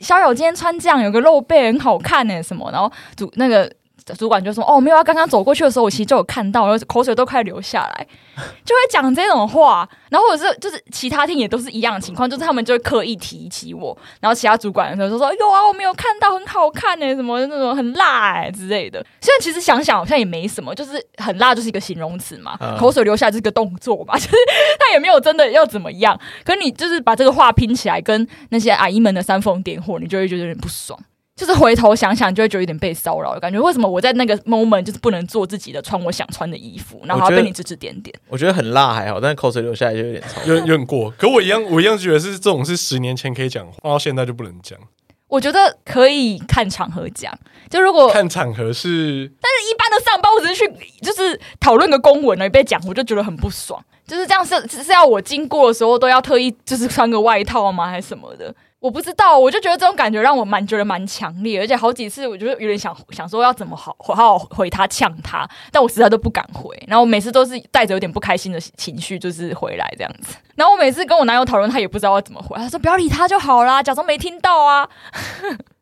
小友今天穿这样，有个露背很好看呢、什么，然后主那个。主管就说：“哦，没有啊，刚刚走过去的时候，我其实就有看到，然后口水都快流下来。” 就会讲这种话，然后或者是就是其他天也都是一样的情况，就是他们就会刻意提起我，然后其他主管的时候就说有啊，我没有看到，很好看欸呢、什么那种很辣哎、之类的。虽然其实想想好像也没什么，就是很辣就是一个形容词嘛，
嗯
口水流下来就是个动作 嘛，就是他也没有真的要怎么样。可你就是把这个话拼起来，跟那些阿姨们的煽风点火，你就会觉得有点不爽。就是回头想想，就会觉得有点被骚扰的感觉。为什么我在那个 moment 就是不能做自己的，穿我想穿的衣服，然后还要被你指指点点？
我觉得很辣还好，但是口水流下来就有点臭。
有有点过，可我一样，我一样觉得是这种是十年前可以讲，放到现在就不能讲。
我觉得可以看场合讲，就如果
看场合是
一般的上班，我只是去就是讨论个公文而已，被讲我就觉得很不爽。就是这样是是是要我经过的时候都要特意就是穿个外套吗，还是什么的？我不知道，我就觉得这种感觉让我蛮觉得蛮强烈，而且好几次我就是有点想想说要怎么好好好回他呛他，但我实在都不敢回。然后我每次都是带着有点不开心的情绪，就是回来这样子。 然后我每次跟我男友讨论，他也不知道要怎么回，他说不要理他就好啦，假装没听到啊，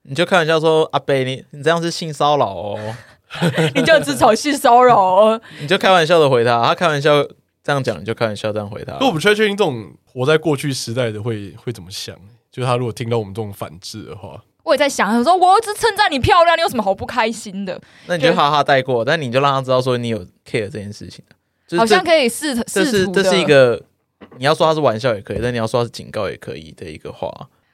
你就开玩笑说阿贝，你你这样是性骚扰哦，
你就只吵性骚扰哦。
你就开玩笑的回他，他开玩笑这样讲，你就开玩笑这样回他
可。我不太确定这种活在过去时代的会会怎么想，就是他如果听到我们这种反制的话，
我也在想，我说我又只称赞你漂亮，你有什么好不开心的？
那你就哈哈带过，但你就让他知道说你有 care 这件事情，就是
好像
这
可以试
这
试
是
图
这
的，
是一个。你要说他是玩笑也可以，但你要说他是警告也可以的一个话，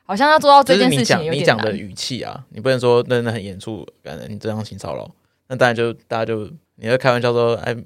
好像要做到
就
这
是
件
你
事情
讲
有
你
点
讲
难。
的语气啊，你不能说真的很严肃，感觉你这样性骚扰，那当然就大家就你会开玩笑说，哎，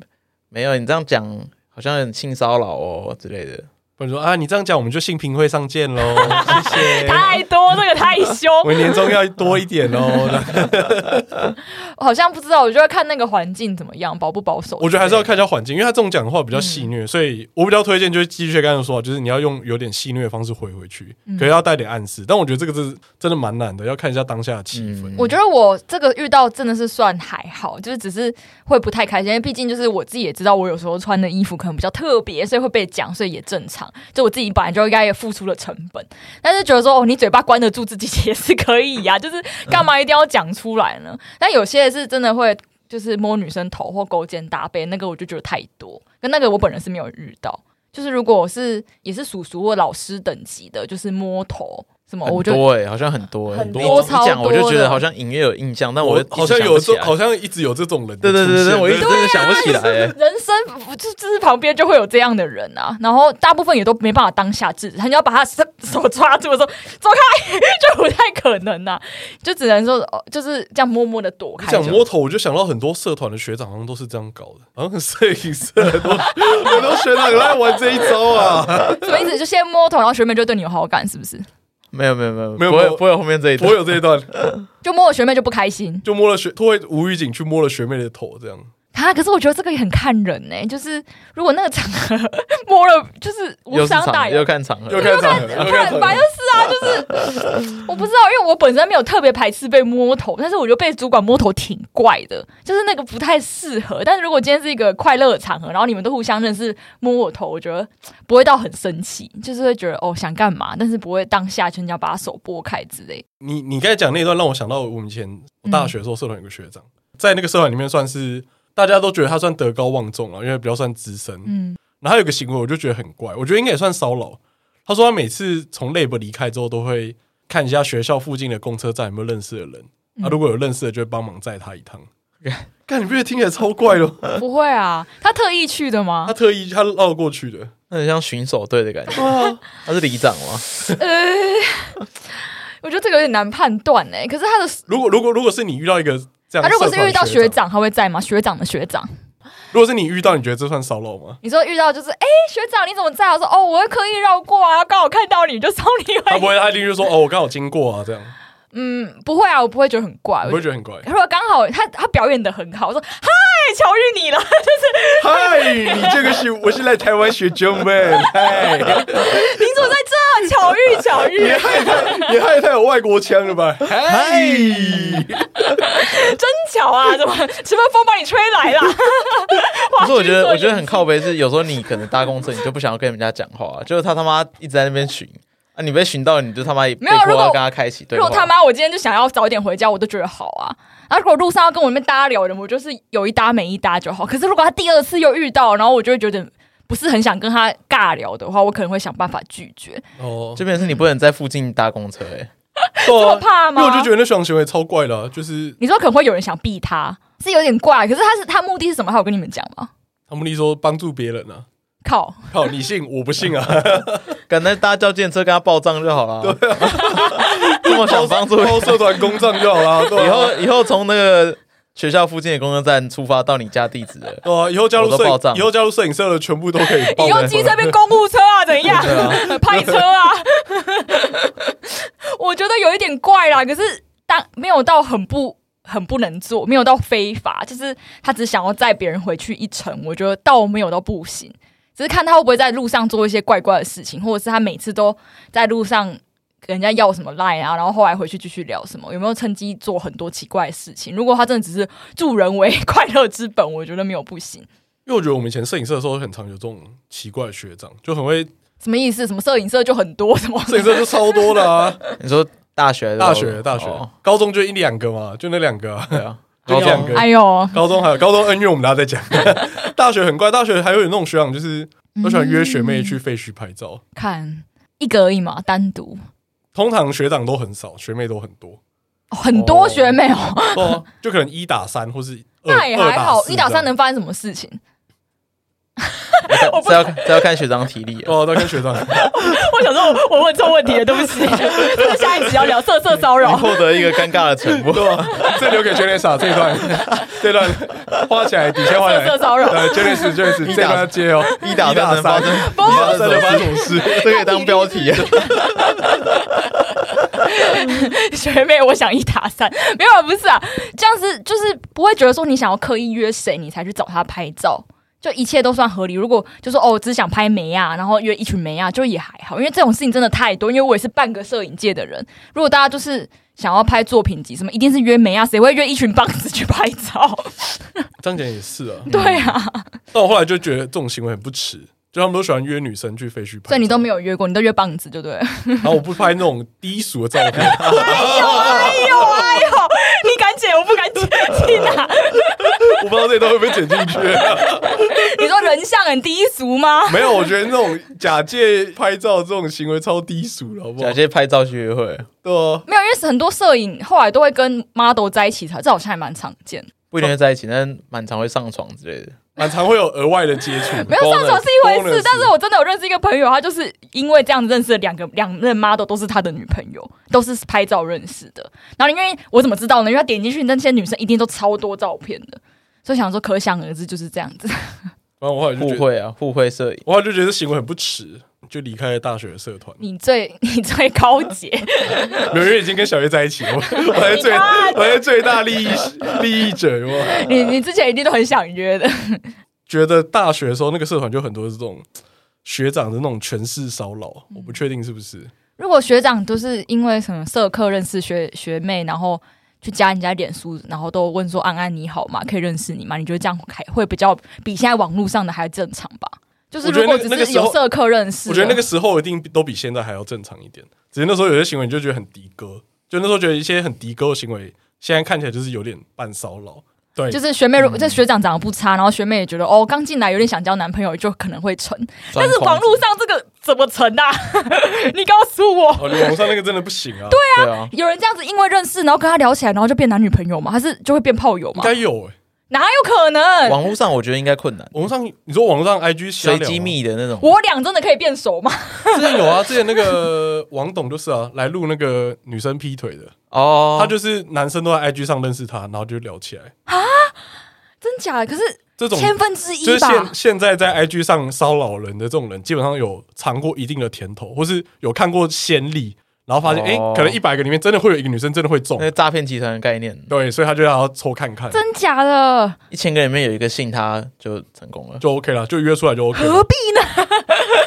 没有，你这样讲好像很性骚扰哦之类的，
或者说啊，你这样讲我们就性平会上见喽，谢谢。
太多，这个太凶，
我年终要多一点哦，
我好像不知道，我就要看那个环境怎么样，保不保守。
我觉得还是要看一下环境，因为他这种讲的话比较戏谑，所以我比较推荐就是继续刚才说，就是你要用有点戏谑的方式回回去，可是要带点暗示。但我觉得这个是真的蛮难的，要看一下当下的气氛。
嗯
我觉得我这个遇到真的是算还好，就是只是会不太开心，因为毕竟就是我自己也知道，我有时候穿的衣服可能比较特别，所以会被讲，所以也正常。就我自己本来就应该也付出了成本，但是觉得说哦，你嘴巴关得住自己也是可以呀、就是干嘛一定要讲出来 呢？但有些是真的会就是摸女生头或勾肩搭背，那个我就觉得太多，跟那个我本人是没有遇到。就是如果我是也是叔叔或老师等级的，就是摸头什么，
很
我就
多哎、好像很多哎、
很
多
你你讲我就觉得好像隐约有印象，但我一直
好像
想不
有
起
这
来
好像一直有这种人的
对对对
出
对，
现
我一直真的想不起来、欸。
人生就就是旁边就会有这样的人啊，然后大部分也都没办法当下制止，他你要把他手手抓住的时候走开， 就不太可能呐、啊， 就只能说哦，就是这样默默的躲
你
开就好。
讲摸头，我就想到很多社团的学长好像都是这样搞的，好像很摄影社很多 很多学长很爱玩这一招 啊。
什么意思？就先摸头，然后学妹就对你有好感，是不是？
没有没有没有
没有
不
没
会
有
不会有后面这一
我
段。
有这一段，
就摸了学妹就不开心。
就摸了学，突然无预警去摸了学妹的头，这样
啊，可是我觉得这个也很看人呢、就是如果那个场合 摸了，就是无
又是
伤大
场
雅
又，看场合，
又看场合， 又看
看，
场
本来
合
就。是啊，就是 我不知道，因为我本身没有特别排斥被摸头，但是我觉得被主管摸头挺怪的，就是那个不太适合。但是如果今天是一个快乐的场合，然后你们都互相认识，摸我头，我觉得不会到很生气，就是会觉得哦想干嘛，但是不会当下全家把他手拨开之类。
你你刚才讲那一段让我想到我们以前我
嗯
大学的时候社团有个学长，在那个社团里面算是大家都觉得他算德高望重啊，因为比较算资深。
嗯，
然后他有个行为我就觉得很怪，我觉得应该也算骚扰。他说他每次从 lab 离开之后都会看一下学校附近的公车站有没有认识的人，
嗯
啊，如果有认识的就会帮忙载他一 趟。干，你不觉得听起来超怪的吗？
不会啊，他特意去的吗
他？特意他绕过去的，
啊
那很像巡守队的感觉。他是里长吗？
呃， 我觉得这个有点难判断哎、可是他的
如果如果如果是你遇到一个这样，
啊他如果是遇到学
学，
长，他会在吗？学长的学长，
如果是你遇到，你觉得这算骚扰吗？
你说遇到就是哎、学长你怎么在啊？我说哦，我会刻意绕过啊，刚好看到你就送你
他不
回。
会，他一定就说哦，我刚好经过啊，这样，
嗯，不会啊，我不会觉得很怪。
你
我
不会
觉
觉得很怪
得？如果刚好他他表演的很好，我说嗨，巧 遇你了，
嗨，你这个是我是来台湾学中文，嗨，
你怎么在这？巧遇 巧遇，
你害太你害太有外国腔了吧？
哎
嗨，
真巧啊！怎么什么风把你吹 来啦？
可是我觉得，我觉得很靠背是，有时候你可能搭公车，你就不想要跟人家讲话、就是他他妈一直在那边寻啊，你被寻到，你就他妈也被
没有
迫
如果
要跟他开启对
如
话。
果他妈我今天就想要早一点回家，我都觉得好啊。然后如果路上要跟我那边搭聊的，我就是有一搭没一搭就好。可是如果他第二次又遇到，然后我就会觉得不是很想跟他尬聊的话，我可能会想办法拒绝。
哦，
这边是你不能在附近搭公车、欸，
这
这么怕吗
因为我就觉得那学长行为超怪的啊，就是
你说可能会有人想避他，是有点怪。可是他是他目的是什么？他有跟你们讲吗？
他们力说帮助别人啊，
靠，
靠，你信我不信啊？
赶快搭叫电车跟他报账就好了。对、啊 这么想 帮助
报社团公账就好啦，对
以
啊
后以后从那个学校附近的公车站出发到你家地址了。
对啊，以后加入
我都报
摄
账
影，以后加入摄影社的全部都可以报
你
名
用机车变公务车啊？怎样？ 派车啊？我觉得有一点怪啦，可是当没有到很不很不能做，没有到非法，就是他只想要载别人回去一程，我觉得倒没有到不行，只是看他会不会在路上做一些怪怪的事情，或者是他每次都在路上跟人家要什么 line 啊，然后后来回去继续聊什么，有没有趁机做很多奇怪的事情？如果他真的只是助人为快乐之本，我觉得没有不行。
因为我觉得我们以前摄影社的时候，很常有这种奇怪的学长，就很会
什么意思？什么摄影社就很多，什么
摄影社就超多 的啊，
你说大学的时候
大学大学
哦、
高中就一两个嘛，就那两个啊，
对啊，
就
高
一
中
两个，
哎呦，
高中还有高中恩怨，我们大家再 讲。大学很怪，大学还有那种学长，就是
嗯
都喜欢约学妹去废墟拍照。
看一个而已嘛，单独、
通常学长都很少，学妹都很 多，
哦很多学妹哦，
哦，就可能一打三或是二
那也还好。一打三。
二四
能发生什么事情？
这要看这要看学长体力
这样哦，都跟学 长
我想说，我问错问题了，对不起。 这个下一集要聊色色骚
你。获得一个尴尬的沉 默。
对吧？这留给 j e n n i s 这一 段，这段花起来，底线花起来。
色色骚扰
对 j e n n i s j e n n i s 这段要接哦，
一打三能发生，一打三能发生什么事？ 这可以当标题啊！
学妹，我想一打三， 没有啊，不是啊，这样子就是不会觉得说你想要刻意约谁，你才去找他拍照。就一切都算合理。如果就说哦，只想拍梅亚，然后约一群梅亚，就也还好，因为这种事情真的太多。因为我也是半个摄影界的人，如果大家就是想要拍作品集什么，一定是约梅亚，谁会约一群棒子去拍照？
张姐也是啊。
对啊，
但我后来就觉得这种行为很不耻，就他们都喜欢约女生去废墟拍。
所以你都没
有，
有约过，你都约棒子，对不对？
然后我不拍那种低俗的照 片。
哎呦哎呦，你敢剪，我不敢剪， 天哪！
我不知道这一段会不会剪进 去、
你说人像很低俗吗？
没有，我觉得那种假借拍照这种行为超低俗了，好不好
假？借拍照去约会，
对啊，
没有，因为很多摄影后来都会跟 model 在一起才，这好像还蛮常见。
不一定会在一起，但蛮常会上床之类的。
蛮常会有额外的接触。
没有上床是一回
bonus
事，但是我真的有认识一个朋友，他就是因为这样认识了两个两任 model 都是他的女朋友，都是拍照认识的。然后因为我怎么知道呢？因为他点进去那些女生一定都超多照片的，所以想说可想而知就是这样子。
然后我后来就
互
觉得，
惠啊，互惠摄影。
我后来就觉得这行为很不耻，就离开了大学的社团。
你最你最高洁，
没有，因为已经跟小月在一 起了，我我还是最
你看
我还是最大利益利益者，有没有
你你之前一定都很想约的，
觉得大学的时候那个社团就很多这种学长的那种权势骚扰，我不确定是不是。
如果学长都是因为什么社课认识学学妹，然后去加人家脸书，然后都问说“安安你好吗？可以认识你吗？”你觉得这样还会比较比现在网络上的还正常吧？ 就是
我觉得
如果
那
只
那个
是
时候
有社课认识，
我觉得那个时候一定都比现在还要正常一点，只是那时候有些行为你就觉得很的哥，就那时候觉得一些很的哥的行为，现在看起来就是有点半骚扰。对，
就是学妹，如这学长长得不差，然后学妹也觉得哦，刚进来有点想交男朋友，就可能会成。但是网络上这个怎么成啊？ 你告诉我，
哦，你网上那个真的不行啊，对，
对啊，
有人这样子因为认识，然后跟他聊起来，然后就变男女朋友吗？还是就会变炮友
应
吗？
该有哎、
哪有可能？
网络上我觉得应该困难，
网络上你说网络上 IG 瞎
随
聊啊吗
机密的那种。
我俩真的可以变熟吗？
之前有啊，之前那个王董就是啊，来录那个女生劈腿的，
哦，
他就是男生都在 IG 上认识他，然后就聊起来。
真假的？可是
这种
千分之
就
一
是
吧
现？现在在 IG 上骚扰人的这种人，基本上有尝过一定的甜头，或是有看过先例，然后发现
哦
哎、诶可能一百个里面真的会有一个女生真的会中
那，个诈骗集团的概念，
对，所以他就要抽看看，
真假的？
一千个里面有一个信他就成功 了。
就 OK 了，就约出来就 OK
何
了。
必呢？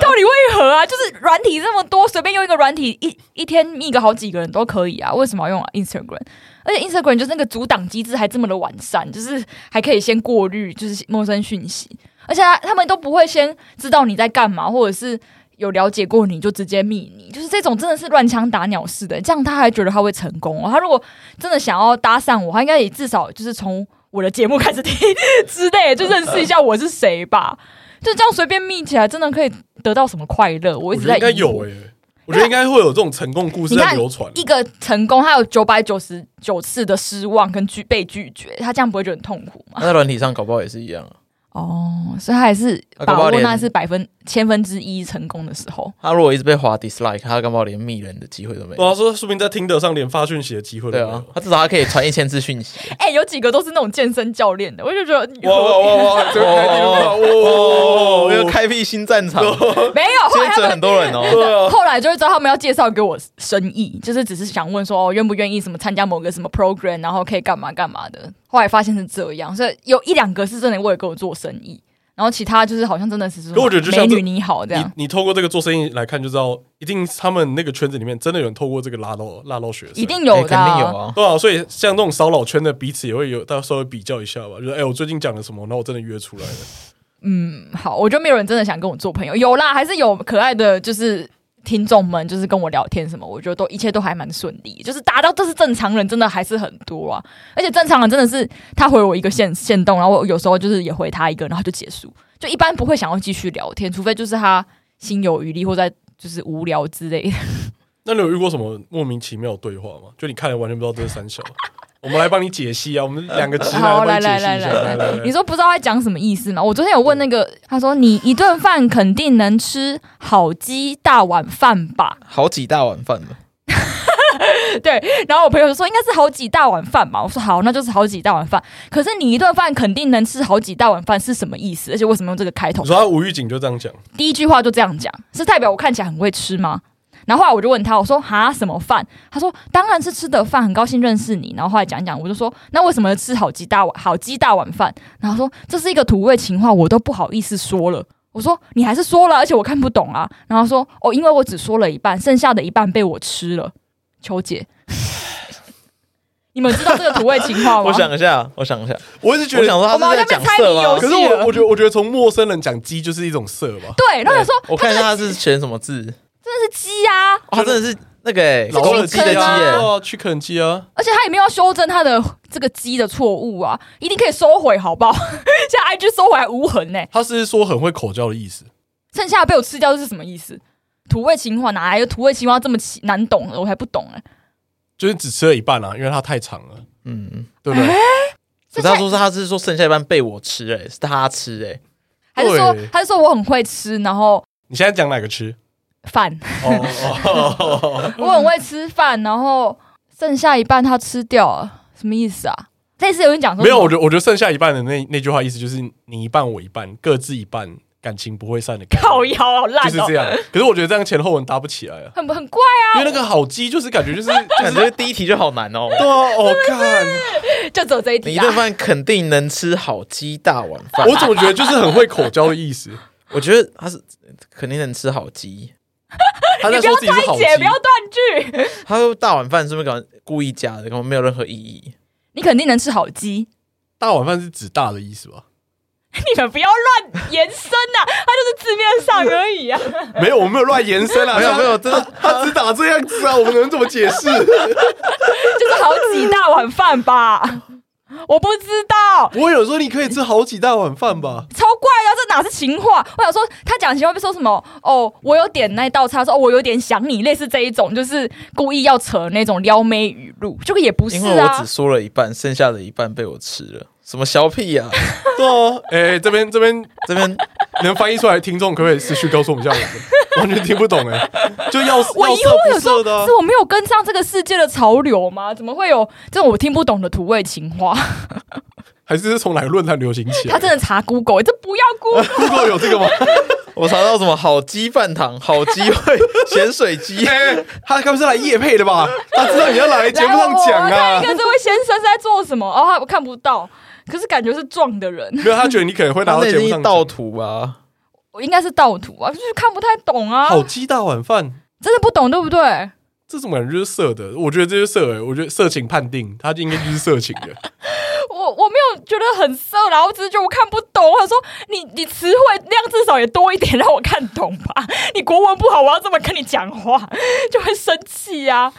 到底为何啊？就是软体这么多，随便用一个软体，一一天密个好几个人都可以啊，为什么要用 Instagram？而且 Instagram 就是那个阻挡机制还这么的完善，就是还可以先过滤，就是陌生讯息，而且他啊他们都不会先知道你在干嘛，或者是有了解过你就直接密你，就是这种真的是乱枪打鸟式的。这样他还觉得他会成功、哦，他如果真的想要搭讪我，他应该也至少就是从我的节目开始听 之类，就认识一下我是谁吧。就这样随便密起来，真的可以得到什么快乐？我
我
一直
觉得
在
应该
疑
有欸
惑
诶、我觉得应该会有这种成功故事
你
在
看
流传。
一个成功，他有九百九十九次的失望跟拒被拒绝，他这样不会觉得很痛苦吗？
那在软体上搞不好也是一样啊。
哦，所以他还是
啊搞
把
不好
握
连
那是百分千分之一成功的时候。
他如果一直被划 dislike，他搞不好连密人的机会都没
然
有。
后说，说不定在听得上连发讯息的机会都
对
没有
啊。，他至少他可以传一千次讯息。
哎、有几个都是那种健身教练的，我就觉得
哇哇哇哇！这个开地图炮哇
哦，要哦开辟新战场，
没有。后
牵
来他
扯
们
很多人 哦。
对啊
后来就会知道他们要介绍给我生意，就是只是想问说哦，愿不愿意什么参加某个什么 program，然后可以干嘛干嘛的。后来发现是这样，所以有一两个是真的为了跟我做生意，然后其他就是好像真的是说
可我觉得就像
美
这
女你好这样。
你你透过这个做生意来看就知道，一定他们那个圈子里面真的有人透过这个拉到拉到学生，
一定有
哎肯
的、啊
定有啊。
对啊，所以像这种骚扰圈的彼此也会有，大家稍微比较一下吧，就是哎、我最近讲了什么，然后我真的约出来了，
嗯好，我觉得没有人真的想跟我做朋友，有啦，还是有可爱的，就是听众们，就是跟我聊天什么，我觉得都一切都还蛮顺利，就是达到这是正常人，真的还是很多啊，而且正常人真的是他回我一个线线动，然后我有时候就是也回他一个，然后就结束，就一般不会想要继续聊天，除非就是他心有余力或在就是无聊之类的。
那你有遇过什么莫名其妙的对话吗？就你看了完全不知道这是三小， 我们来帮你解析啊，我们两个直
好，
男
来
帮你解
来
析一
来
下，
来
来
来
来，
你说不知道在讲什么意思吗？我昨天有问那个，他说你一顿饭肯定能吃好鸡大碗饭吧？
好几大碗饭的，
然后我朋友就说应该是好几大碗饭嘛，我说好，那就是好几大碗饭。可是你一顿饭肯定能吃好几大碗饭是什么意思？而且为什么用这个开头
你？说他吴玉景就这样讲，
第一句话就这样讲，是代表我看起来很会吃吗？然后后来我就问他，我说哈什么饭？他说当然是吃的饭，很高兴认识你。然后后来讲一讲，我就说那为什么吃好鸡大碗好鸡大碗饭？然后说这是一个土味情话，我都不好意思说了。我说你还是说了，而且我看不懂啊。然后说哦，因为我只说了一半，剩下的一半被我吃了。求解，你们知道这个土味情话吗？
我想一下，我想一下，
我一直觉
我想
得，
说他是在讲色
我
吗
们好像被猜谜游？戏
可
哦
是我我觉得我觉得从陌生人讲鸡就是一种色吧，
对，然后我说
我看一下他是选什么字，
这是鸡啊，
哦他真的是那个哎
老
公
了
鸡的鸡
啊，
哎，
对啊去肯鸡啊，
而且他也没有要修正他的这个鸡的错误啊，一定可以收回，好不 好？现在 IG 收回还无痕呢、
他是说很会口交的意思，
剩下被我吃掉是什么意思？土味情话哪来的土味情话这么奇难懂的？我还不懂哎、
就是只吃了一半啊，因为它太长了，
嗯，
对不
啊
对？
可是他说是他是说剩下一半被我吃哎，是他吃哎，
还是说
对
还是说我很会吃，然后
你现在讲哪个吃？
饭，
哦哦哦，
我很会吃饭，然后剩下一半他吃掉了，什么意思啊？类似有人讲说
没有，我
什
觉
么
得我觉得剩下一半的那那句话意思就是你一半我一半，各自一半，感情不会散的概念。
靠腰好烂
就是
哦、
这样。可是我觉得这样前后文搭不起 来啊，
很很怪啊，
因为那个好鸡就是感 觉就是
感觉啊第一题就好难 哦。
对啊，我、看，
就只有这一
你
题
一
啊
顿。饭肯定能吃好鸡大碗饭，啊
我怎么觉得就是很会口交的 意思？
我觉得他是肯定能吃好鸡，
他在
你不要
说自己是好
拆
鸡，
解，不要断句。
他说大碗饭是不是搞故意加的，根本没有任何意义。
你肯定能吃好鸡，
大碗饭是指大的意思吧？
你们不要乱延伸呐、它就是字面上而已啊。
没有，我没有乱延伸啊，
没有没有，真的
他，他只打这样子啊，我们能怎么解释？
就是好几大碗饭 吧，我不知道，
我有说你可以吃好几大碗饭吧？
超怪的，这哪是情话？我想说他讲情话被说什么？哦，我有点那一道菜，他说、哦、我有点想你，类似这一种，就是故意要扯那种撩妹语录，这个也不是
因为我
啊
只。说了一半，剩下的一半被我吃了，什么小屁呀、
对啊，哎、这边这边
这边
能翻译出来，听众可不可以私续告诉我们一下我们？完全听不懂哎、就要
我
要
疑
色
惑
不
有时候
色的、啊
是。我没有跟上这个世界的潮流吗？怎么会有这种我听不懂的土味情话？
还是是从哪个论坛流行起来？
他真的查 Google，这不要 Google，
Google 有这 个吗？
我查到什么好鸡饭堂、好鸡会、咸水鸡，
哎、他该不是来夜配的吧？他知道你要来节目上讲
来我我
啊
看一。个这位先生是在做什么？哦，他我看不到，可是感觉是撞的人，
没有，他觉得你可能会拿
他
到
那
节目
一
上
盗
讲。
图啊吧？
我应该是盗图啊，就是看不太懂啊，
好鸡大碗饭，
真的不懂，对不对？
这种感觉就是色的，我觉得这是色、欸，我觉得色情判定，他应该就是色情的。
我我没有觉得很色啦，我只是觉得我看不懂。我想说你你词汇量至少也多一点，让我看懂吧。 你国文不好，我要这么跟你讲话，就会生气呀、啊。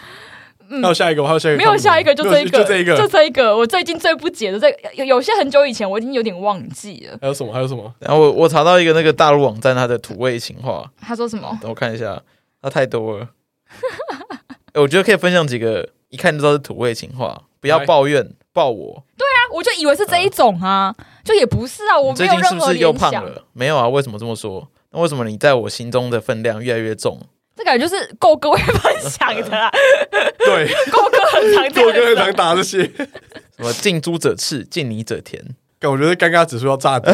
还有下一个吗，还有下一个，
没有下一个，就这一个，
就这一个
就。这一个。我最近最不解的这个，有有些很久以前我已经有点忘记了。
还有什么？还有什么？
然后我我查到一个那个大陆网站它的土味情话，
他说什么？
等我看一下，它太多了。哎我觉得可以分享几个一看就知道是土味情话，不要
来
抱怨，抱我。
啊我就以为是这一种啊，就也不是啊，我
你
没
最
有
近是
任
不
何
是又
联
胖
想。
了？没有啊，为什么这么说？那为什么你在我心中的分量越来越重？
这感觉就是够各位分享的 啦，
对，
够哥很常
做
这
哥很
样子
常打这些，
什么 近朱者赤，近你者甜？
干我觉得尴尬指数要炸掉。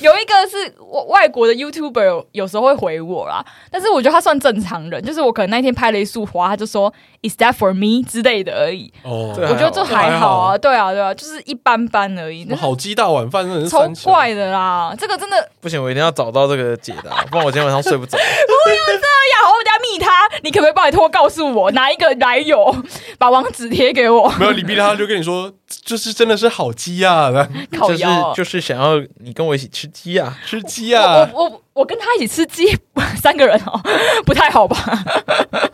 有一个是我外国的 YouTuber 有有时候会回我啦，但是我觉得他算正常人，就是我可能那天拍了一束花，他就说 “Is that for me” 之类的而已。
哦，
对啊
我觉得这还好
还好
啊，对啊，对啊，就是一般般而已
什么，好鸡大碗饭，真的是
超
三小
怪的啦。这个真的，哎
不行，我一定要找到这个解 答，不然我今天晚上睡不着。
呀，我等下密他，你可不可以拜托告诉我哪一个来由，把网址贴给我？
没有，你逼他就跟你说， 就是真的是好鸡啊，
靠
就是
腰哦。
就是想要你跟我一起吃鸡啊，
吃鸡
我
啊。
我我我跟他一起吃鸡，三个人哦，不太好吧？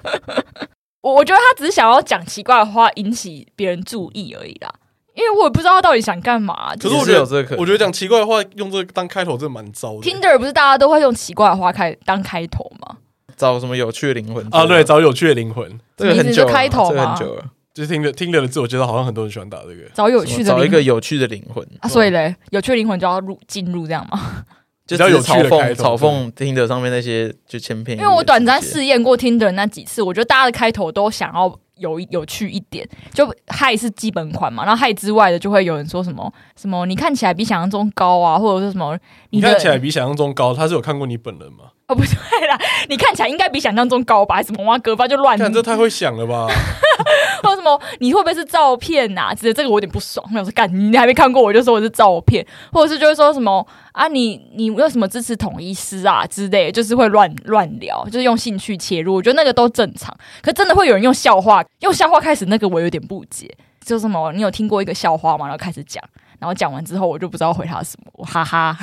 我我觉得他只是想要讲奇怪的话，引起别人注意而已啦。因为我也不知道他到底想干嘛。
可
就是
是
也
我觉
是
得
有这个可能
我觉得讲奇怪的话，用这个当开头，真的蛮糟的。
Tinder 不是大家都会用奇怪的话开当开头吗？
找什么有趣的灵魂
啊，对，，找有趣的灵魂。
这个
你
很
只
久
是
了
开头
这个
吗
很久了。
就是听着听着的自我介绍，好像很多人喜欢打这个。
找有趣
什么
的
找一
灵
个
魂
有趣的灵魂，
啊，所以嘞，有趣的灵魂就要入进入这样吗？
就
比较
只是
有趣
嘲
的
讽
开头
嘲讽听的上面那些就千篇一律的世界。
因为我短暂试验过 Tinder 那几次，我觉得大家的开头都想要有有趣一点，就嗨是基本款嘛，然后嗨之外的就会有人说什么什么你看起来比想象中高啊，或者说什么
你
的
看起来比想象中高，他是有看过你本人吗？
哦不对啦，你看起来应该比想象中高吧，还是什么挖哥吧就乱，
看这太会想了吧？
或者什么你会不会是照片呐、啊？之类这个我有点不爽，我想说干你还没看过我就说我是照片，或者是就会说什么啊你你为什么支持统一师啊之类的，就是会乱乱聊，就是用兴趣切入，我觉得那个都正常。可真的会有人用笑话，用笑话开始，那个我有点不解，就什么你有听过一个笑话吗？然后开始讲，然后讲完之后我就不知道回他什么，我哈哈。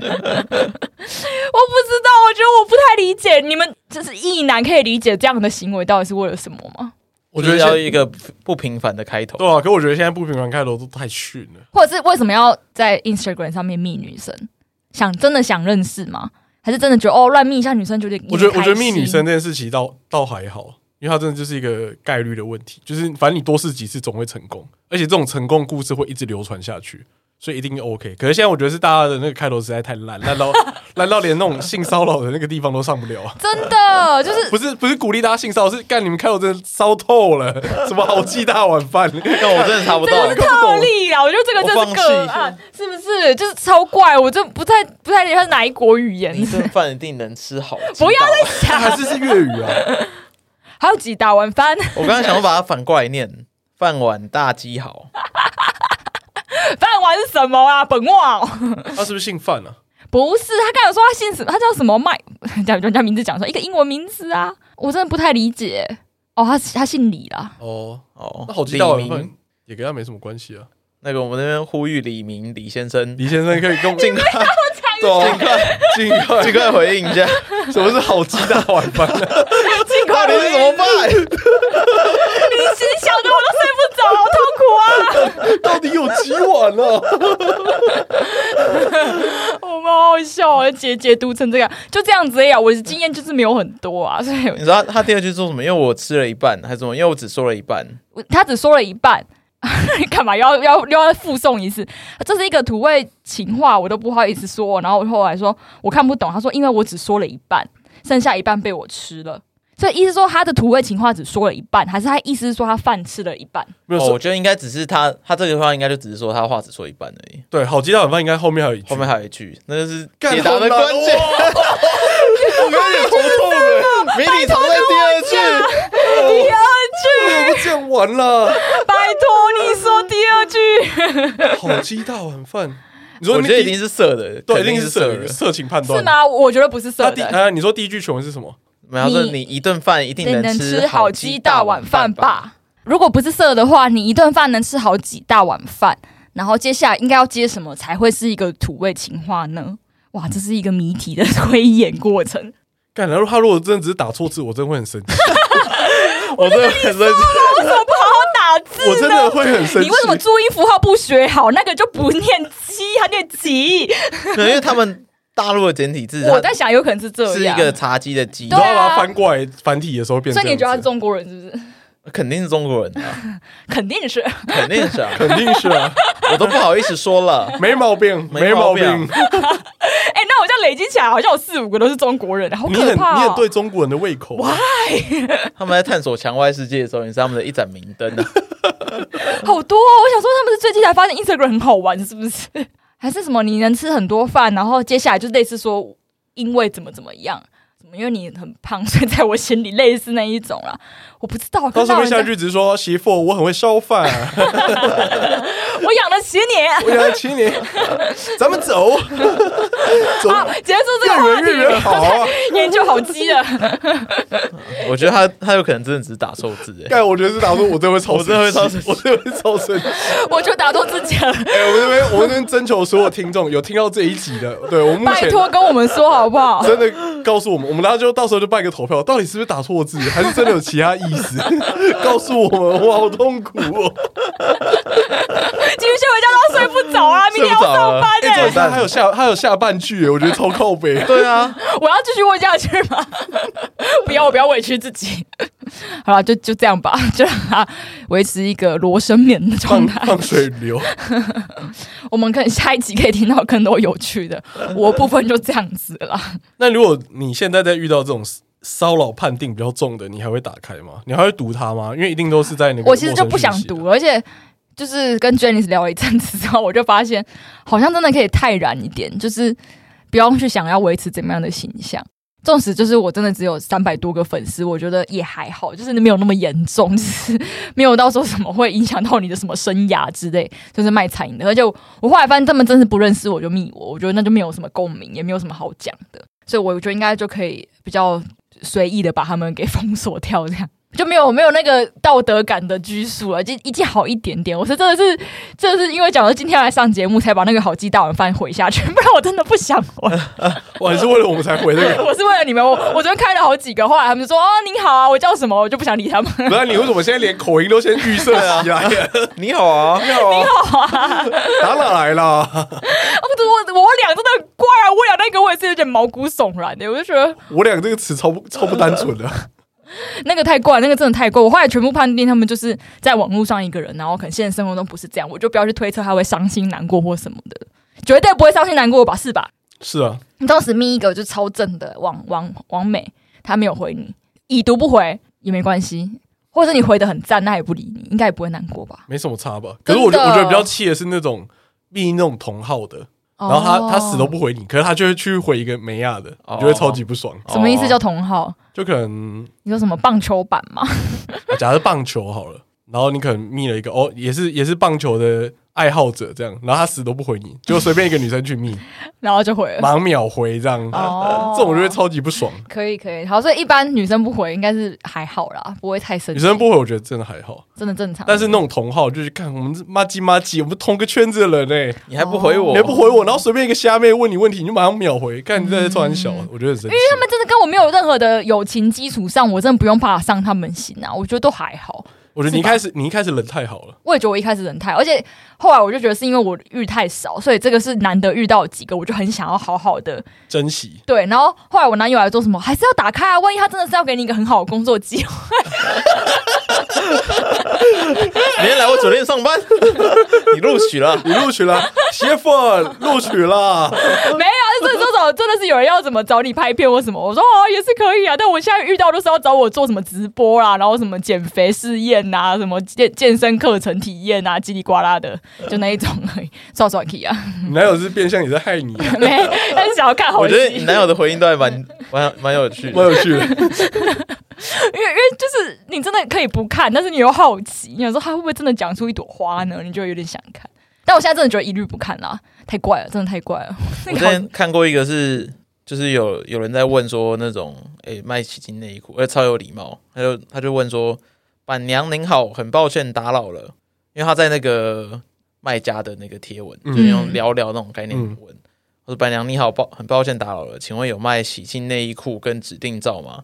我不知道，我觉得我不太理解，你们就是异男可以理解这样的行为到底是为了什么吗？
我觉得
就是要
现
一个不平凡的开头。
对啊，可我觉得现在不平凡开头都太逊了。
或者是为什么要在 Instagram 上面密女生？想真的想认识吗？还是真的觉得哦乱密一下女生就觉得
我觉得我觉得
密
蜜女生这件事情倒倒还好，因为它真的就是一个概率的问题，就是反正你多试几次总会成功，而且这种成功故事会一直流传下去，所以一定 OK。可是现在我觉得是大家的那个开头实在太烂，烂到 烂到连那种性骚扰的那个地方都上不了啊。
真的就是
不是不是鼓励大家性骚扰，是干你们开头真的骚透了，什么好气大碗饭，
但我真的查不
啊
到，
特例啊啦，我觉得这个真是个案，是不是？就是超怪，我真不太不太理解它是哪一国语言。
你这饭一定能吃好。
不要
再，
还是是粤语啊？
还有几打完翻
我刚才想要把它反过来念，饭碗大鸡好，
翻完是什么啊？本忘、
他是不是姓范啊？
不是，他刚才有说他姓什么，他叫什么麦，讲人家名字讲出来一个英文名字啊，我真的不太理解。哦，他他姓李啦，
哦，
哦
那好，气
李
大碗饭
明，
也跟他没什么关系啊。
那个我们那边呼吁李明李先生，
李先生可以跟我们
尽快
对啊尽快
尽快回应一下，
什么是好鸡大碗饭？
尽
到底是怎么办？
你心想的我都睡不着，好痛苦啊！
到底有几碗呢、
我和解解读成这样，就这样子呀。我的经验就是没有很多啊，所以
你知道他第二句说什么？因为我吃了一半还是什么？因为我只说了一半。
我他只说了一半， 干嘛要要又要附送一次？这是一个土味情话，我都不好意思说。然后我后来说我看不懂，他说因为我只说了一半，剩下一半被我吃了。所以意思说他的土味情话只说了一半，还是他意思是说他饭吃了一 半？
没有
哦，
是
我觉得应该只是他，他这个话应该就只是说他话只说一半而 已。
对，好鸡蛋饭应该后面还有一句，
后面还有一句，那就是
干
解答的
好难
关键。
我 刚才也头痛啊了，
迷你藏在第二句，
第二句，
我这样完 了，
拜托你说第二句
好鸡蛋晚饭，你说
我
你
觉得一
第
定是色的，
对，
肯
一定
定
是
色
色
的。
色情判断
是？吗？我觉得不是
他
色
第
的。
呃，你说第一句全文是什么？
没有，就是
你
你一顿饭一定
你能
吃
吃好
鸡
几大碗饭吧？如果不是色的话，你一顿饭能吃好几大碗饭，然后接下来应该要接什么才会是一个土味情话呢？哇，这是一个谜题的推演过程。
干，然后他如果真的只是打错字，我真的会很 生气，
我真的很认真，
为什么不好好打字呢？
我真的会很生气。
你为什么注音符号不学好？那个就不念鸡，它念吉。
没有因为他们大陆的简体字，
我在想，有可能是这
它是一
样。
个茶几的鸡
你，知道
对啊
把它翻过来繁体的时候变
所
成
以
这样子？
你觉得他是中国人是不是？
肯定是中国人啊，
肯定是。
肯定是啊，
肯定是啊，
我都不好意思说了。
没毛病，
没毛
毛
病
病。
哎、那我这样累积起来，好像有四五个都是中国人，好
你
可
很
怕、哦
你很对中国人的胃口，啊
他们在探索墙外世界的时候，你是他们的一盏明灯 啊。
好多、哦，我想说他们是最近才发现 Instagram 很好玩，是不是？ 还是什么你能吃很多饭，然后接下来就类似说因为怎么怎么样，怎么因为你很胖，所以在我心里类似那一种啦。我不知道，
到
看
时候
到
面
人
下
家
一句只是说媳妇，我很会烧 饭，
我养得起你
我想请你，咱们 走，走，
好，啊结束这个
越
话
远越远
题，
好啊！
研究好鸡了。
我觉得他他有可能真的只是打错字哎。
但我觉得是打说，我真的会超生气，
我真的会超
我真的会超生气。
我就打动自 己了，
哎，我们这边我们这边征求所有听众有听到这一集的，对我目
拜
前
托跟我们说好不好？
真的告诉我们，我们大家就到时候就办个投票，到底是不是打错字，还是真的有其他意思？ 告诉我们，我好痛苦哦！
今天先回家都要睡不着啊，明天要上班
睡不
呢、
着哎
但哎他还有下还有下半句耶，我觉得超靠 北。
对啊，
我要继续问下去吗？ 不要，我不要委屈自己。 好了，就就这样吧， 就让它维持一个罗生门的状
放
态。
放水流，
我们可能下一集可以听到更多有趣的，我部分就这样子啦。
那如果你现在在遇到这种骚扰判定比较重的，你还会打开吗？你还会读它吗？因为一定都是在那个
我其实就不想
陌
读了，而且就是跟 Jenny 聊了一阵子之后，我就发现好像真的可以泰然一点，就是不用去想要维持怎么样的形象。纵使就是我真的只有三百多个粉丝，我觉得也还好，就是没有那么严重， 就是没有到说什么会影响到你的什么生涯之类，就是卖餐饮的。而且我我后来发现他们真是不认识我就密我，我觉得那就没有什么共鸣，也没有什么好讲的，所以我觉得应该就可以比较随意的把他们给封锁掉，这样就没有没有那个道德感的拘束了，就已经好一点点。我是真的是真的是因为讲到今天要来上节目，才把那个好鸡大碗饭回下去，不然我真的不想回。
生我还是为了我们才回这 个。
我是为了你们，我我昨天开了好几个，后来他们就说哦您好啊，我叫什么，我就不想理 他们。
不然你为什么现在连口音都先预设起来了？
你好啊，
你好啊，打 哪来啦？
我我我俩真的很怪啊，我俩那个我也是有点毛骨悚然的，我就觉得
我俩这个词超不超不单纯的。
那个太怪，那个真的太怪。我后来全部判定他们就是在网络上一个人，然后可能现实生活中不是这样，我就不要去推测他会伤心难过或什么的，绝对不会伤心难过吧？是吧？
是啊，
你当时咪一个就超正的王王王美，他没有回你，已读不回也没关系，或者你回的很赞，那也不理你，应该也不会难过吧？
没什么差吧。可
真
是
的
我觉得我觉得比较气的是那种密那种同号的，哦然后他、他死都不
哦
回你，可是他就会去回一个美亚的，
哦
你就会超级不爽。
什么意思叫同号？
就可能
你说什么棒球版吗？
哦假设棒球好了，然后你可能密了一个哦，也是也是棒球的爱好者这样，然后他死都不回你，就随便一个女生去密，
然后就回了。
马上秒回这样，
哦
这种我就会超级不爽。
可以可以，好，所以一般女生不回应该是还好啦，不会太生
女
气。
生不回，我觉得真的还好。
真的正常，
但是那种同号就是看我们这妈鸡妈鸡，我们同个圈子的人哎、
你还不回我？
你还不回我，然后随便一个虾妹问你问题，你就马上秒回，看你在突然小，我觉得很生气。
他们真的跟我没有任何的友情基础上，我真的不用怕上他们心啊，我觉得都还好。
我觉得你一
是吧
开始你一开始人太好了，
我也觉得我一开始人太，而且后来我就觉得是因为我遇太少，所以这个是难得遇到几个，我就很想要好好的
珍惜。
对。然后后来我男友来做什么，还是要打开啊，万一他真的是要给你一个很好的工作机会，
明天来我酒店上班， 你录取了。啊
你录取了，媳妇录取了，
没有，这这种真的是有人要怎么找你拍片或什么，我说哦也是可以啊，但我现在遇到都是要找我做什么直播啊啦，然后什么减肥试验呐、什么健健身课程体验啊，叽里呱啦的，就那一种而已，刷刷 K 啊，
你男友是变相也在害你、啊，
没，但是想要看好
我
戏，
觉得
因
你男友的回应都还蛮蛮蛮有趣
蛮
的。
有趣的。
为因为就是你真的可以不看，但是你又好奇，你想说他会不会真的讲出一朵花呢？你就有点想看，但我现在真的觉得一律不看啦，太怪了，真的太怪了。
我之前看过一个是，就是有有人在问说那种，诶、卖奇金内衣裤，而呃且超有礼貌，他就他就问说，板娘您好，很抱歉打扰了，因为他在那个卖家的那个贴文，
嗯
就是用聊聊那种概念
嗯
文。我说板娘你好，抱很抱歉打扰了，请问有卖喜庆内衣裤跟指定照吗？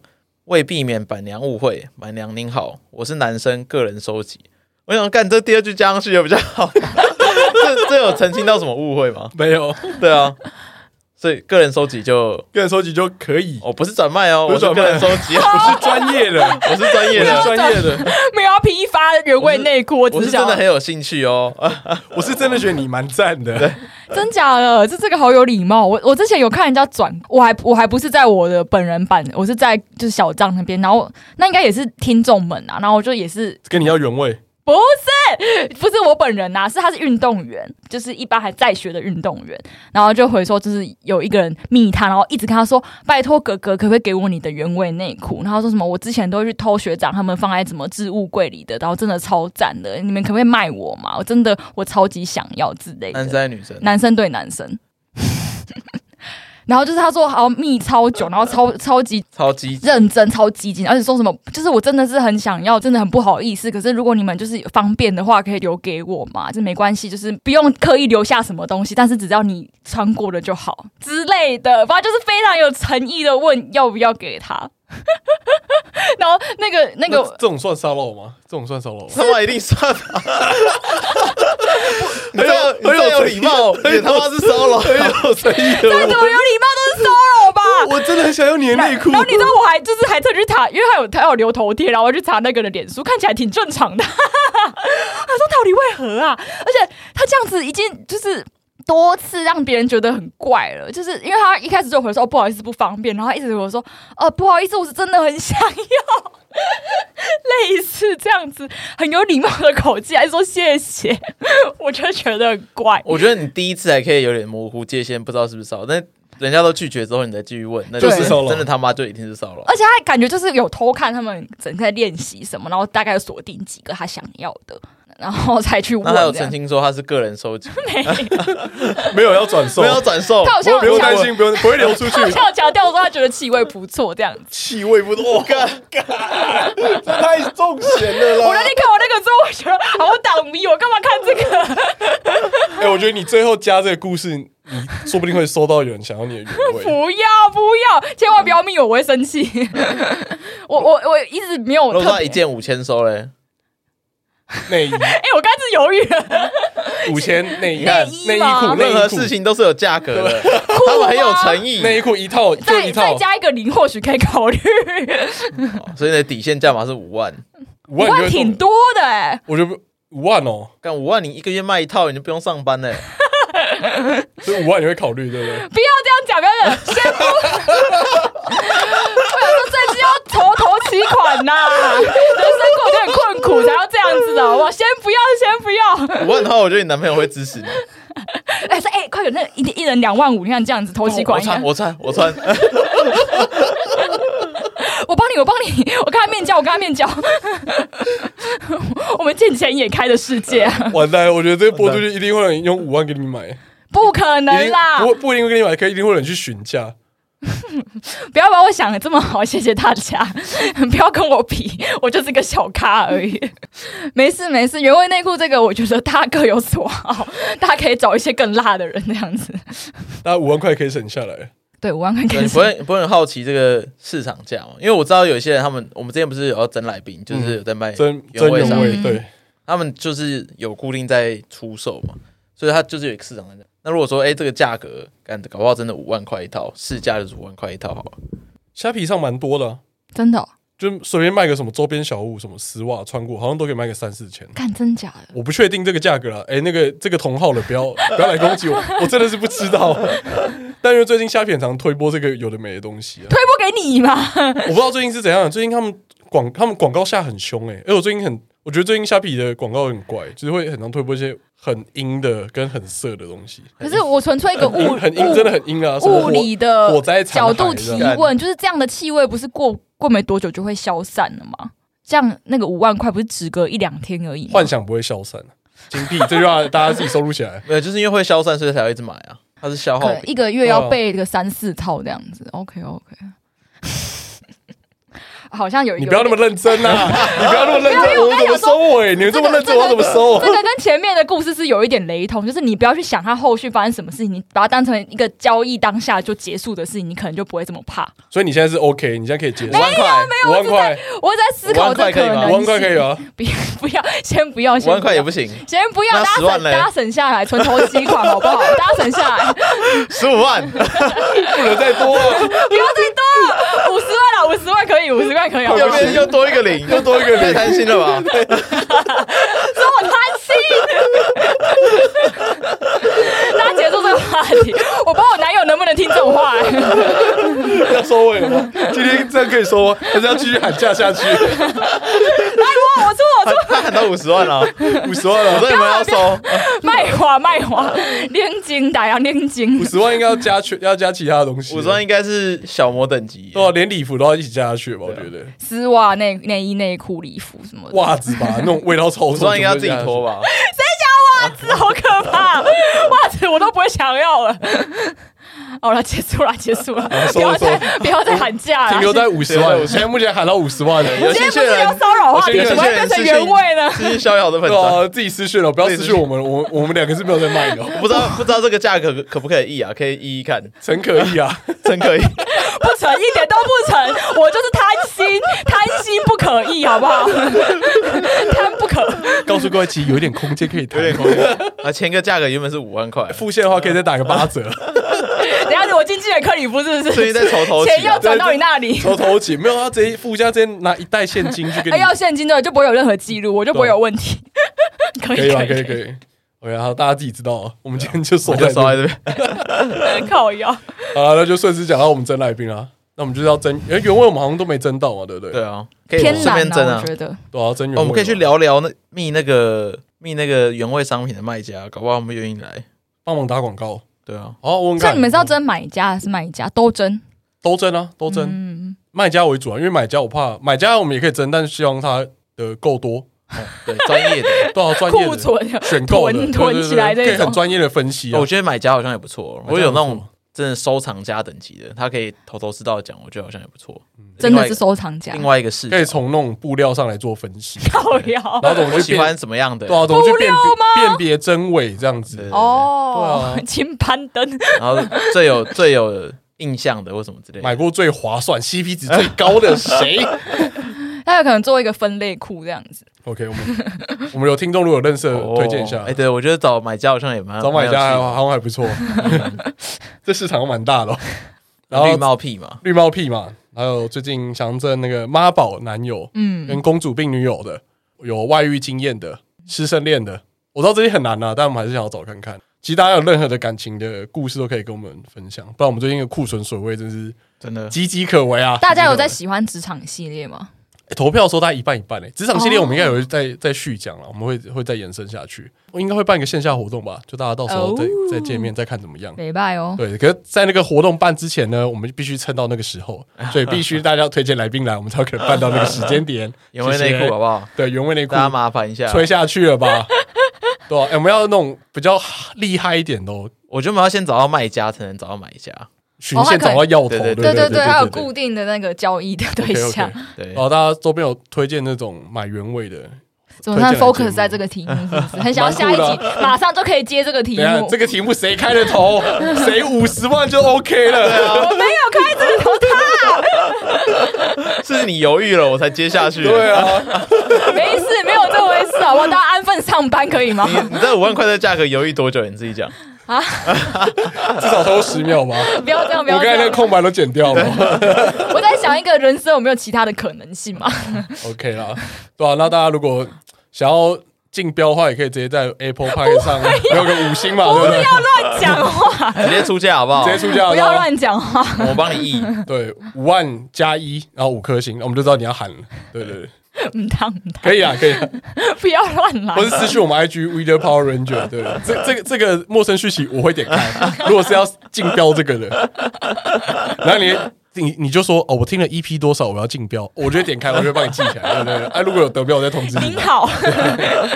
为避免板娘误会，板娘您好，我是男生，个人收集。我想干这第二句加上去也比较好， 这这有澄清到什么误会吗？
没有，
对啊，所以个人收集就
个人收集就可以，
我、不是转卖哦，
不
我
是
是
转卖
个人收集，
我是专业 的，
我是专业
我是
的，
专业的，
没有要批发原味内裤，我只
我是真
想要
的很有兴趣 哦。啊
我是真的觉得你蛮赞的。
真假的，这这个好有礼貌。我我之前有看人家转，我还我还不是在我的本人版，我是在就是小账那边，然后那应该也是听众们啊，然后我就也是
跟你要原味，
不是不是我本人啊，是他是运动员，就是一般还在学的运动员，然后就回说就是有一个人密他，然后一直跟他说拜托哥哥可不可以给我你的原味内裤，然后说什么我之前都去偷学长他们放在什么置物柜里的，然后真的超赞的，你们可不可以卖我嘛？我真的我超级想要之类的
男。生还是女生，
男生对男生。 然后就是他说好密超久，然后超超级
超级
认真、超激进，而且说什么就是我真的是很想要，真的很不好意思。可是如果你们就是方便的话，可以留给我嘛，就没关系，就是不用刻意留下什么东西，但是只要你穿过了就好之类的。反正就是非常有诚意的问要不要给他。 然后那个
那
那个
这种算骚扰吗？这种算骚扰 吗？
他妈一定算吧。 你
哎
这样你
啊很有
这样有礼貌，
很有
你他妈是骚扰。
很有诚意的
再怎么有礼貌都是骚扰吧？
哎我，我真的很想要你的内裤
然。后你知道我还就是还特地去查，因为他有他有留头贴，然后我去查那个人的脸书，看起来挺正常的。他 说到底为何啊？而且他这样子已经就是。多次让别人觉得很怪了，就是因为他一开始就回说、哦、不好意思不方便，然后他一直跟我说哦不好意思，我是真的很想要， 类似这样子很有礼貌的口气，还说谢谢， 我就觉得很怪。
我觉得你第一次还可以有点模糊界限，不知道是不是骚扰，但人家都拒绝之后，你再继续问，那
就是
真的
骚扰
真的他妈就一定是骚扰。
而且他感觉就是有偷看他们整个在练习什么，然后大概有锁定几个他想要的，然后才去问
那他有哦
这样
澄。清说他是个人收集，
没有要转售
不，要转售
他，好像
不用担心，不用不会流 出去
他。像强调说他觉得气味不错这样子。
气味不多，干
太重险了
啊
我那天看完那个之后，我觉得好挡迷，我干嘛看这 个？
哎，我觉得你最后加这个故事，你说不定会收到有人想要你的原 味。
不要不要，千万不要密我，我会生 气。我我我一直没有
如果
特
他
别
一。件五千收嘞，
内衣
哎、我刚才是犹豫 了，
五千，内衣
内
内衣
衣吗
裤，内
任何
衣裤
事，情都是有价格的， 他们很有诚
嗯
意。
内衣裤一套就
再
一
再
套，
加一个零，或许可以考虑。
哦所以你的底线价码是五万。
五
五
万
万
你就
挺
会中，
多的哎、
我觉得五万哦，
干五万，你一个月卖一套，你就不用上班嘞。
所以五万你会考虑，对不 对？
不要这样讲，不要这样，先不。 我想说这次要筹头期款呐、人生过得很困苦，才要这样子的，好不好？先不要，先不要。
五万的话，我觉得你男朋友会支持你。
哎、是哎、快点，那一一人两万五，你看这样子头期
我
款，
穿，哎我穿，我穿。
我帮你，我帮你，我跟他面交，我跟他面交。 我们见钱眼开的世界、
呃
完蛋，我觉得这个播出去一定会有人用五万给你买， 一
不可能
定
啦！
不不一定会给你买，可以一定会有人去询价。
不要把我想的这么好， 谢谢大家。不要跟我比， 我就是个小咖而已。 没事没事，原味内裤这个，我觉得大家各 有所好，大家可以找一些更辣的人那样子。
大概五万块可以省下来，
对，五万块
对
开
你不
始。
会你不会很好奇这个市场价吗？因为我知道有一些人，他们我们之前不是有要整奶冰，就是有在卖，
真
原
真
味
原
上
味
面
对，
他们就是有固定在出售嘛，所以它就是有一个市场在那。那如果说，哎、这个价格，干搞不好真的五万块一套，市价就是五万块一套好了。
虾皮上蛮多的啊，
真的、哦？
就随便卖个什么周边小物，什么丝袜、穿过，好像都可以卖个三四千。
看真假的？
我不确定这个价格了，哎、那个这个同号的不要 不要来攻击我，我真的是不知道。 但因为最近虾皮很常推播这个有的没的东西啊，
推不给 你嘛？
我不知道最近是怎样。最近他们广他们广告下很凶哎、欸，而且我最近很，我觉得最近虾皮的广告很怪，就是会很常推播一些很阴的跟很色的东西，
可是我纯粹一个
很
物
阴很阴，真的很阴啊，什么
物
火
理的
火灾残骸
角度提
这样
问，就是这样的气味，不是过过没多久就会消散了吗？这样那个五万块不是只隔一两天而已吗？
幻想不会消散。金币这句话大家自己收录起 来。
没有，就是因为会消散，所以才会一直买啊。它是
哦
消耗
可能
品，
一个月要备个三四套这样子。OK OK，好像有一个
你不要那么认真啊！你不要那么认真，我怎么收尾？你们这么认真，我怎么收
这？个跟前面的故事是有一点雷同，就是你不要去想它后续发生什么事情，你把它当成一个交易当下就结束的事情，你可能就不会这么怕。
所以你现在是 OK，你现在可以接
五
受
万块，
五万块，
我在思考这可能性，
五万块可以啊吗？
不要 不要，先不要，
五万块也
先
不行，
先不要，
那
大
10
家
万
省
嘞
大家省下来，存头期款好不好？大家省下来，
十五万，
不能再多啊，
不要再多了，五十万了，五十万可以，五十万 可以，好不
又
好？
变又多一个零，又多一个零，太贪心了 吧？
说我贪心。大家结束这个话题，我不知道我男友能不能听这种话、
要收尾了吗？
今天这样可以说吗？
啊还是要继续喊价下去？
哇，我出我出，
他喊到五十万了，
五十万
我
了，
说你们要收，
卖花卖花，拎金打要拎金
五，十万应该要加全，要加其他的东西。
五十万应该是小魔等级，
对啊，连礼服都要一起加下去吧？我
对啊
觉得
丝袜、内内衣、内裤、礼服什么的。
袜子吧，那种味道超
五
重，
十万应该要自己脱
吧？
吧？
袜子好可怕，袜子我都不会想要了。好了，结束了，结束了，不
啊收
要
了
再不要再喊价
停 留
了。
啊
在五十万，我现在目前喊到五十万了，
有
今
些
天不
些
是聊
人，
骚扰话题，
有
怎
些
么会变
人
成原味呢？
私信逍遥的粉
对
丝，
啊，自己私讯了，不要私讯我们，我我们两个是没有在卖的哦，
不知道不知道这个价格可不可以议啊？可以议议看，
诚可 意啊，
真可以。
不成，一点都不成，我就是贪心，贪心不可逆，好 不好？贪不可，
告诉各位，其实有一点空间可以谈
有。点空间啊，签个价格原本是五万块，
付现的话可以再打个八 折，
等一下我经纪人克里夫是不
最近
是？
在筹头期
钱
啊
要，转到你那里，
抽头啊起没有他直接付价，直接拿一袋现金去给
哎
他
你，
要现金的就不会有任何记录，我就不会有问题。可
可
以
以吧？
可
可以
以
可以。OK，好，大家自己知道啊。我们今天就收
我
在
就
这
收在这边。
可以，靠腰。
好了，那就顺势讲到我们争来宾啦。那我们就是要争，哎，原味我们好像都没争到嘛，对不对？
对啊，可以
偏
顺
难
便争
啊，
啊
我。觉得。
对啊，争原味嘛。
哦我们可以去聊聊那密那个密那个原味商品的卖家，搞不好我们愿意来。
帮忙打广告。
对啊，
好，哦我问
所
看
以你们是要争买家还是卖家？都争，
都争啊，都争
嗯，
卖家为主啊，因为买家我怕买家我们也可以争，但是希望他的够多，
哦对，专 业的。
对啊，专 业
库
的
存
选购的
囤
对
囤
对对
起来
对
这
可以很
种
专业的分析啊
哦我。觉得买家好像也不错，
买家
我有那
不
种
错
真的收藏家等级的，他可以头头是道地讲，我觉得好像也不错。
嗯真
另
的
外一
是
个
收藏家
另，外一个视角
可以从那种布料上来做分 析，
靠腰
然后怎么
我
去
喜
辨
欢什么样的
对，啊，怎么去
布
辨
料
别辨别真伪这样
对
子？
哦
对，啊
金攀登，
然后最有最有印象的或什么之类
买
的。
过最划算、CP 值最高的 谁
他有可能做一个分类库这样子。
？OK，我们我们有听众如果有认识的，
哦
推荐一下
哎，。对我觉得找买家好像也蛮
找买家还
蛮有
好像还不错， 这市场蛮大的 哦。然
趣的绿
后
帽屁嘛，
绿帽屁嘛，还有最近强征那个妈宝男友
嗯，
跟公主病女友的，有外遇经验的，师生恋的，我知道这些很难啊，但我们还是想要找看看。其实大家有任何的感情的故事都可以跟我们分享，不然我们最近的库存水位真是
真的
岌岌可危啊！
大家有在
岌岌可
喜欢职场系列吗？
危、欸投票的时候大概一半一半诶、职场系列
哦
我们应该也会再再续讲啊了，我们会会再延伸下去。我应该会办一个线下活动吧，就大家到时候再、
哦
再见面再看怎么样。
礼拜 哦，
对，可是，在那个活动办之前呢，我们必须撑到那个时候，所以必须大家推荐来宾来，我们才有可能办到那个时间点。
原味内裤好不好？
对，原味内裤
大家啊麻烦一下，
吹下去了吧？对啊、欸我们要那种比较厉害一点的、哦，
我觉得我们要先找到卖家，才能找到买家。
循线找到药头，
对对
对
对对
对
对，还有固定的那个交易的对
OK，OK
象，
对
然，后大家周边有推荐那种买原味的，
总算
推荐的节目
focus 在这个题目，是不是很想要下 一
蛮酷
集马上就可以接这个题
等一下
目？
这个题目谁开的头，谁五十万就 OK 了。
我没有开这个头，
是你犹豫了，我才接下去。
对，啊，
没事，没有这回事，好不好？大家安分上班可以吗？
你你这五万块的价格犹豫多久？你自己讲。
至少偷十秒吧。
不要这样，
我
不要
刚
这
才那个
样。
空白都剪掉了。
我在想一个人生有没有其他的可能性嘛？
OK 啦，对啊，那大家如果想要竞标的话，也可以直接在 Apple Park 上留个五星嘛， 对不对？
乱讲话，
直接出价好不好？
直接出价，
不要乱 讲话。
我帮你译。
对，五万加一，然后五颗星，那我们就知道你要喊了。对对对，
唔当唔
可以啊，可以啊，
当，不要乱来
或。是私讯我们 IG Reader Power Ranger。对，这这个这个陌生讯息我会点开，如果是要竞标这个的，然后你你你就说哦，我听了 EP 多少，我要竞标，我就会点开，我就会帮你记起来。对对对，哎、如果有得标，我再通知你
您。好，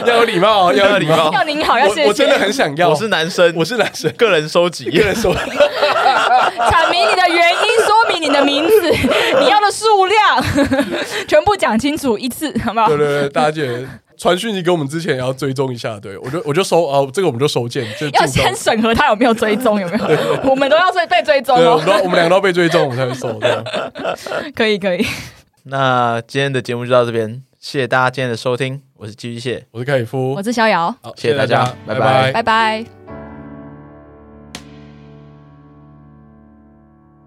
要有礼貌哦，要有礼
要有
貌
礼。
哎要您好，要谢
我
谢。
我真的很想要，
我是男生，
我是男生，
个人收 集，
一个人说，
阐明你的原因，说明你的 名字，你要的数量， 全部讲清楚一次，好不 好
对？对对，大家记得传讯息给我们之前也要追踪一下，对 我就我就收哦，这个我们就收件，就竞
要
标
先审核他有没有追踪，有没有？我们都要被被追踪
对，我们都
哦。
我们两个都被追踪，我们才会收 的。哦
可以可以，
那今天的节目就到这边，谢谢大家今天的收听，我是寄居蟹。
我是凯里夫
我，是逍遥，
好，
谢谢大家拜拜
拜拜。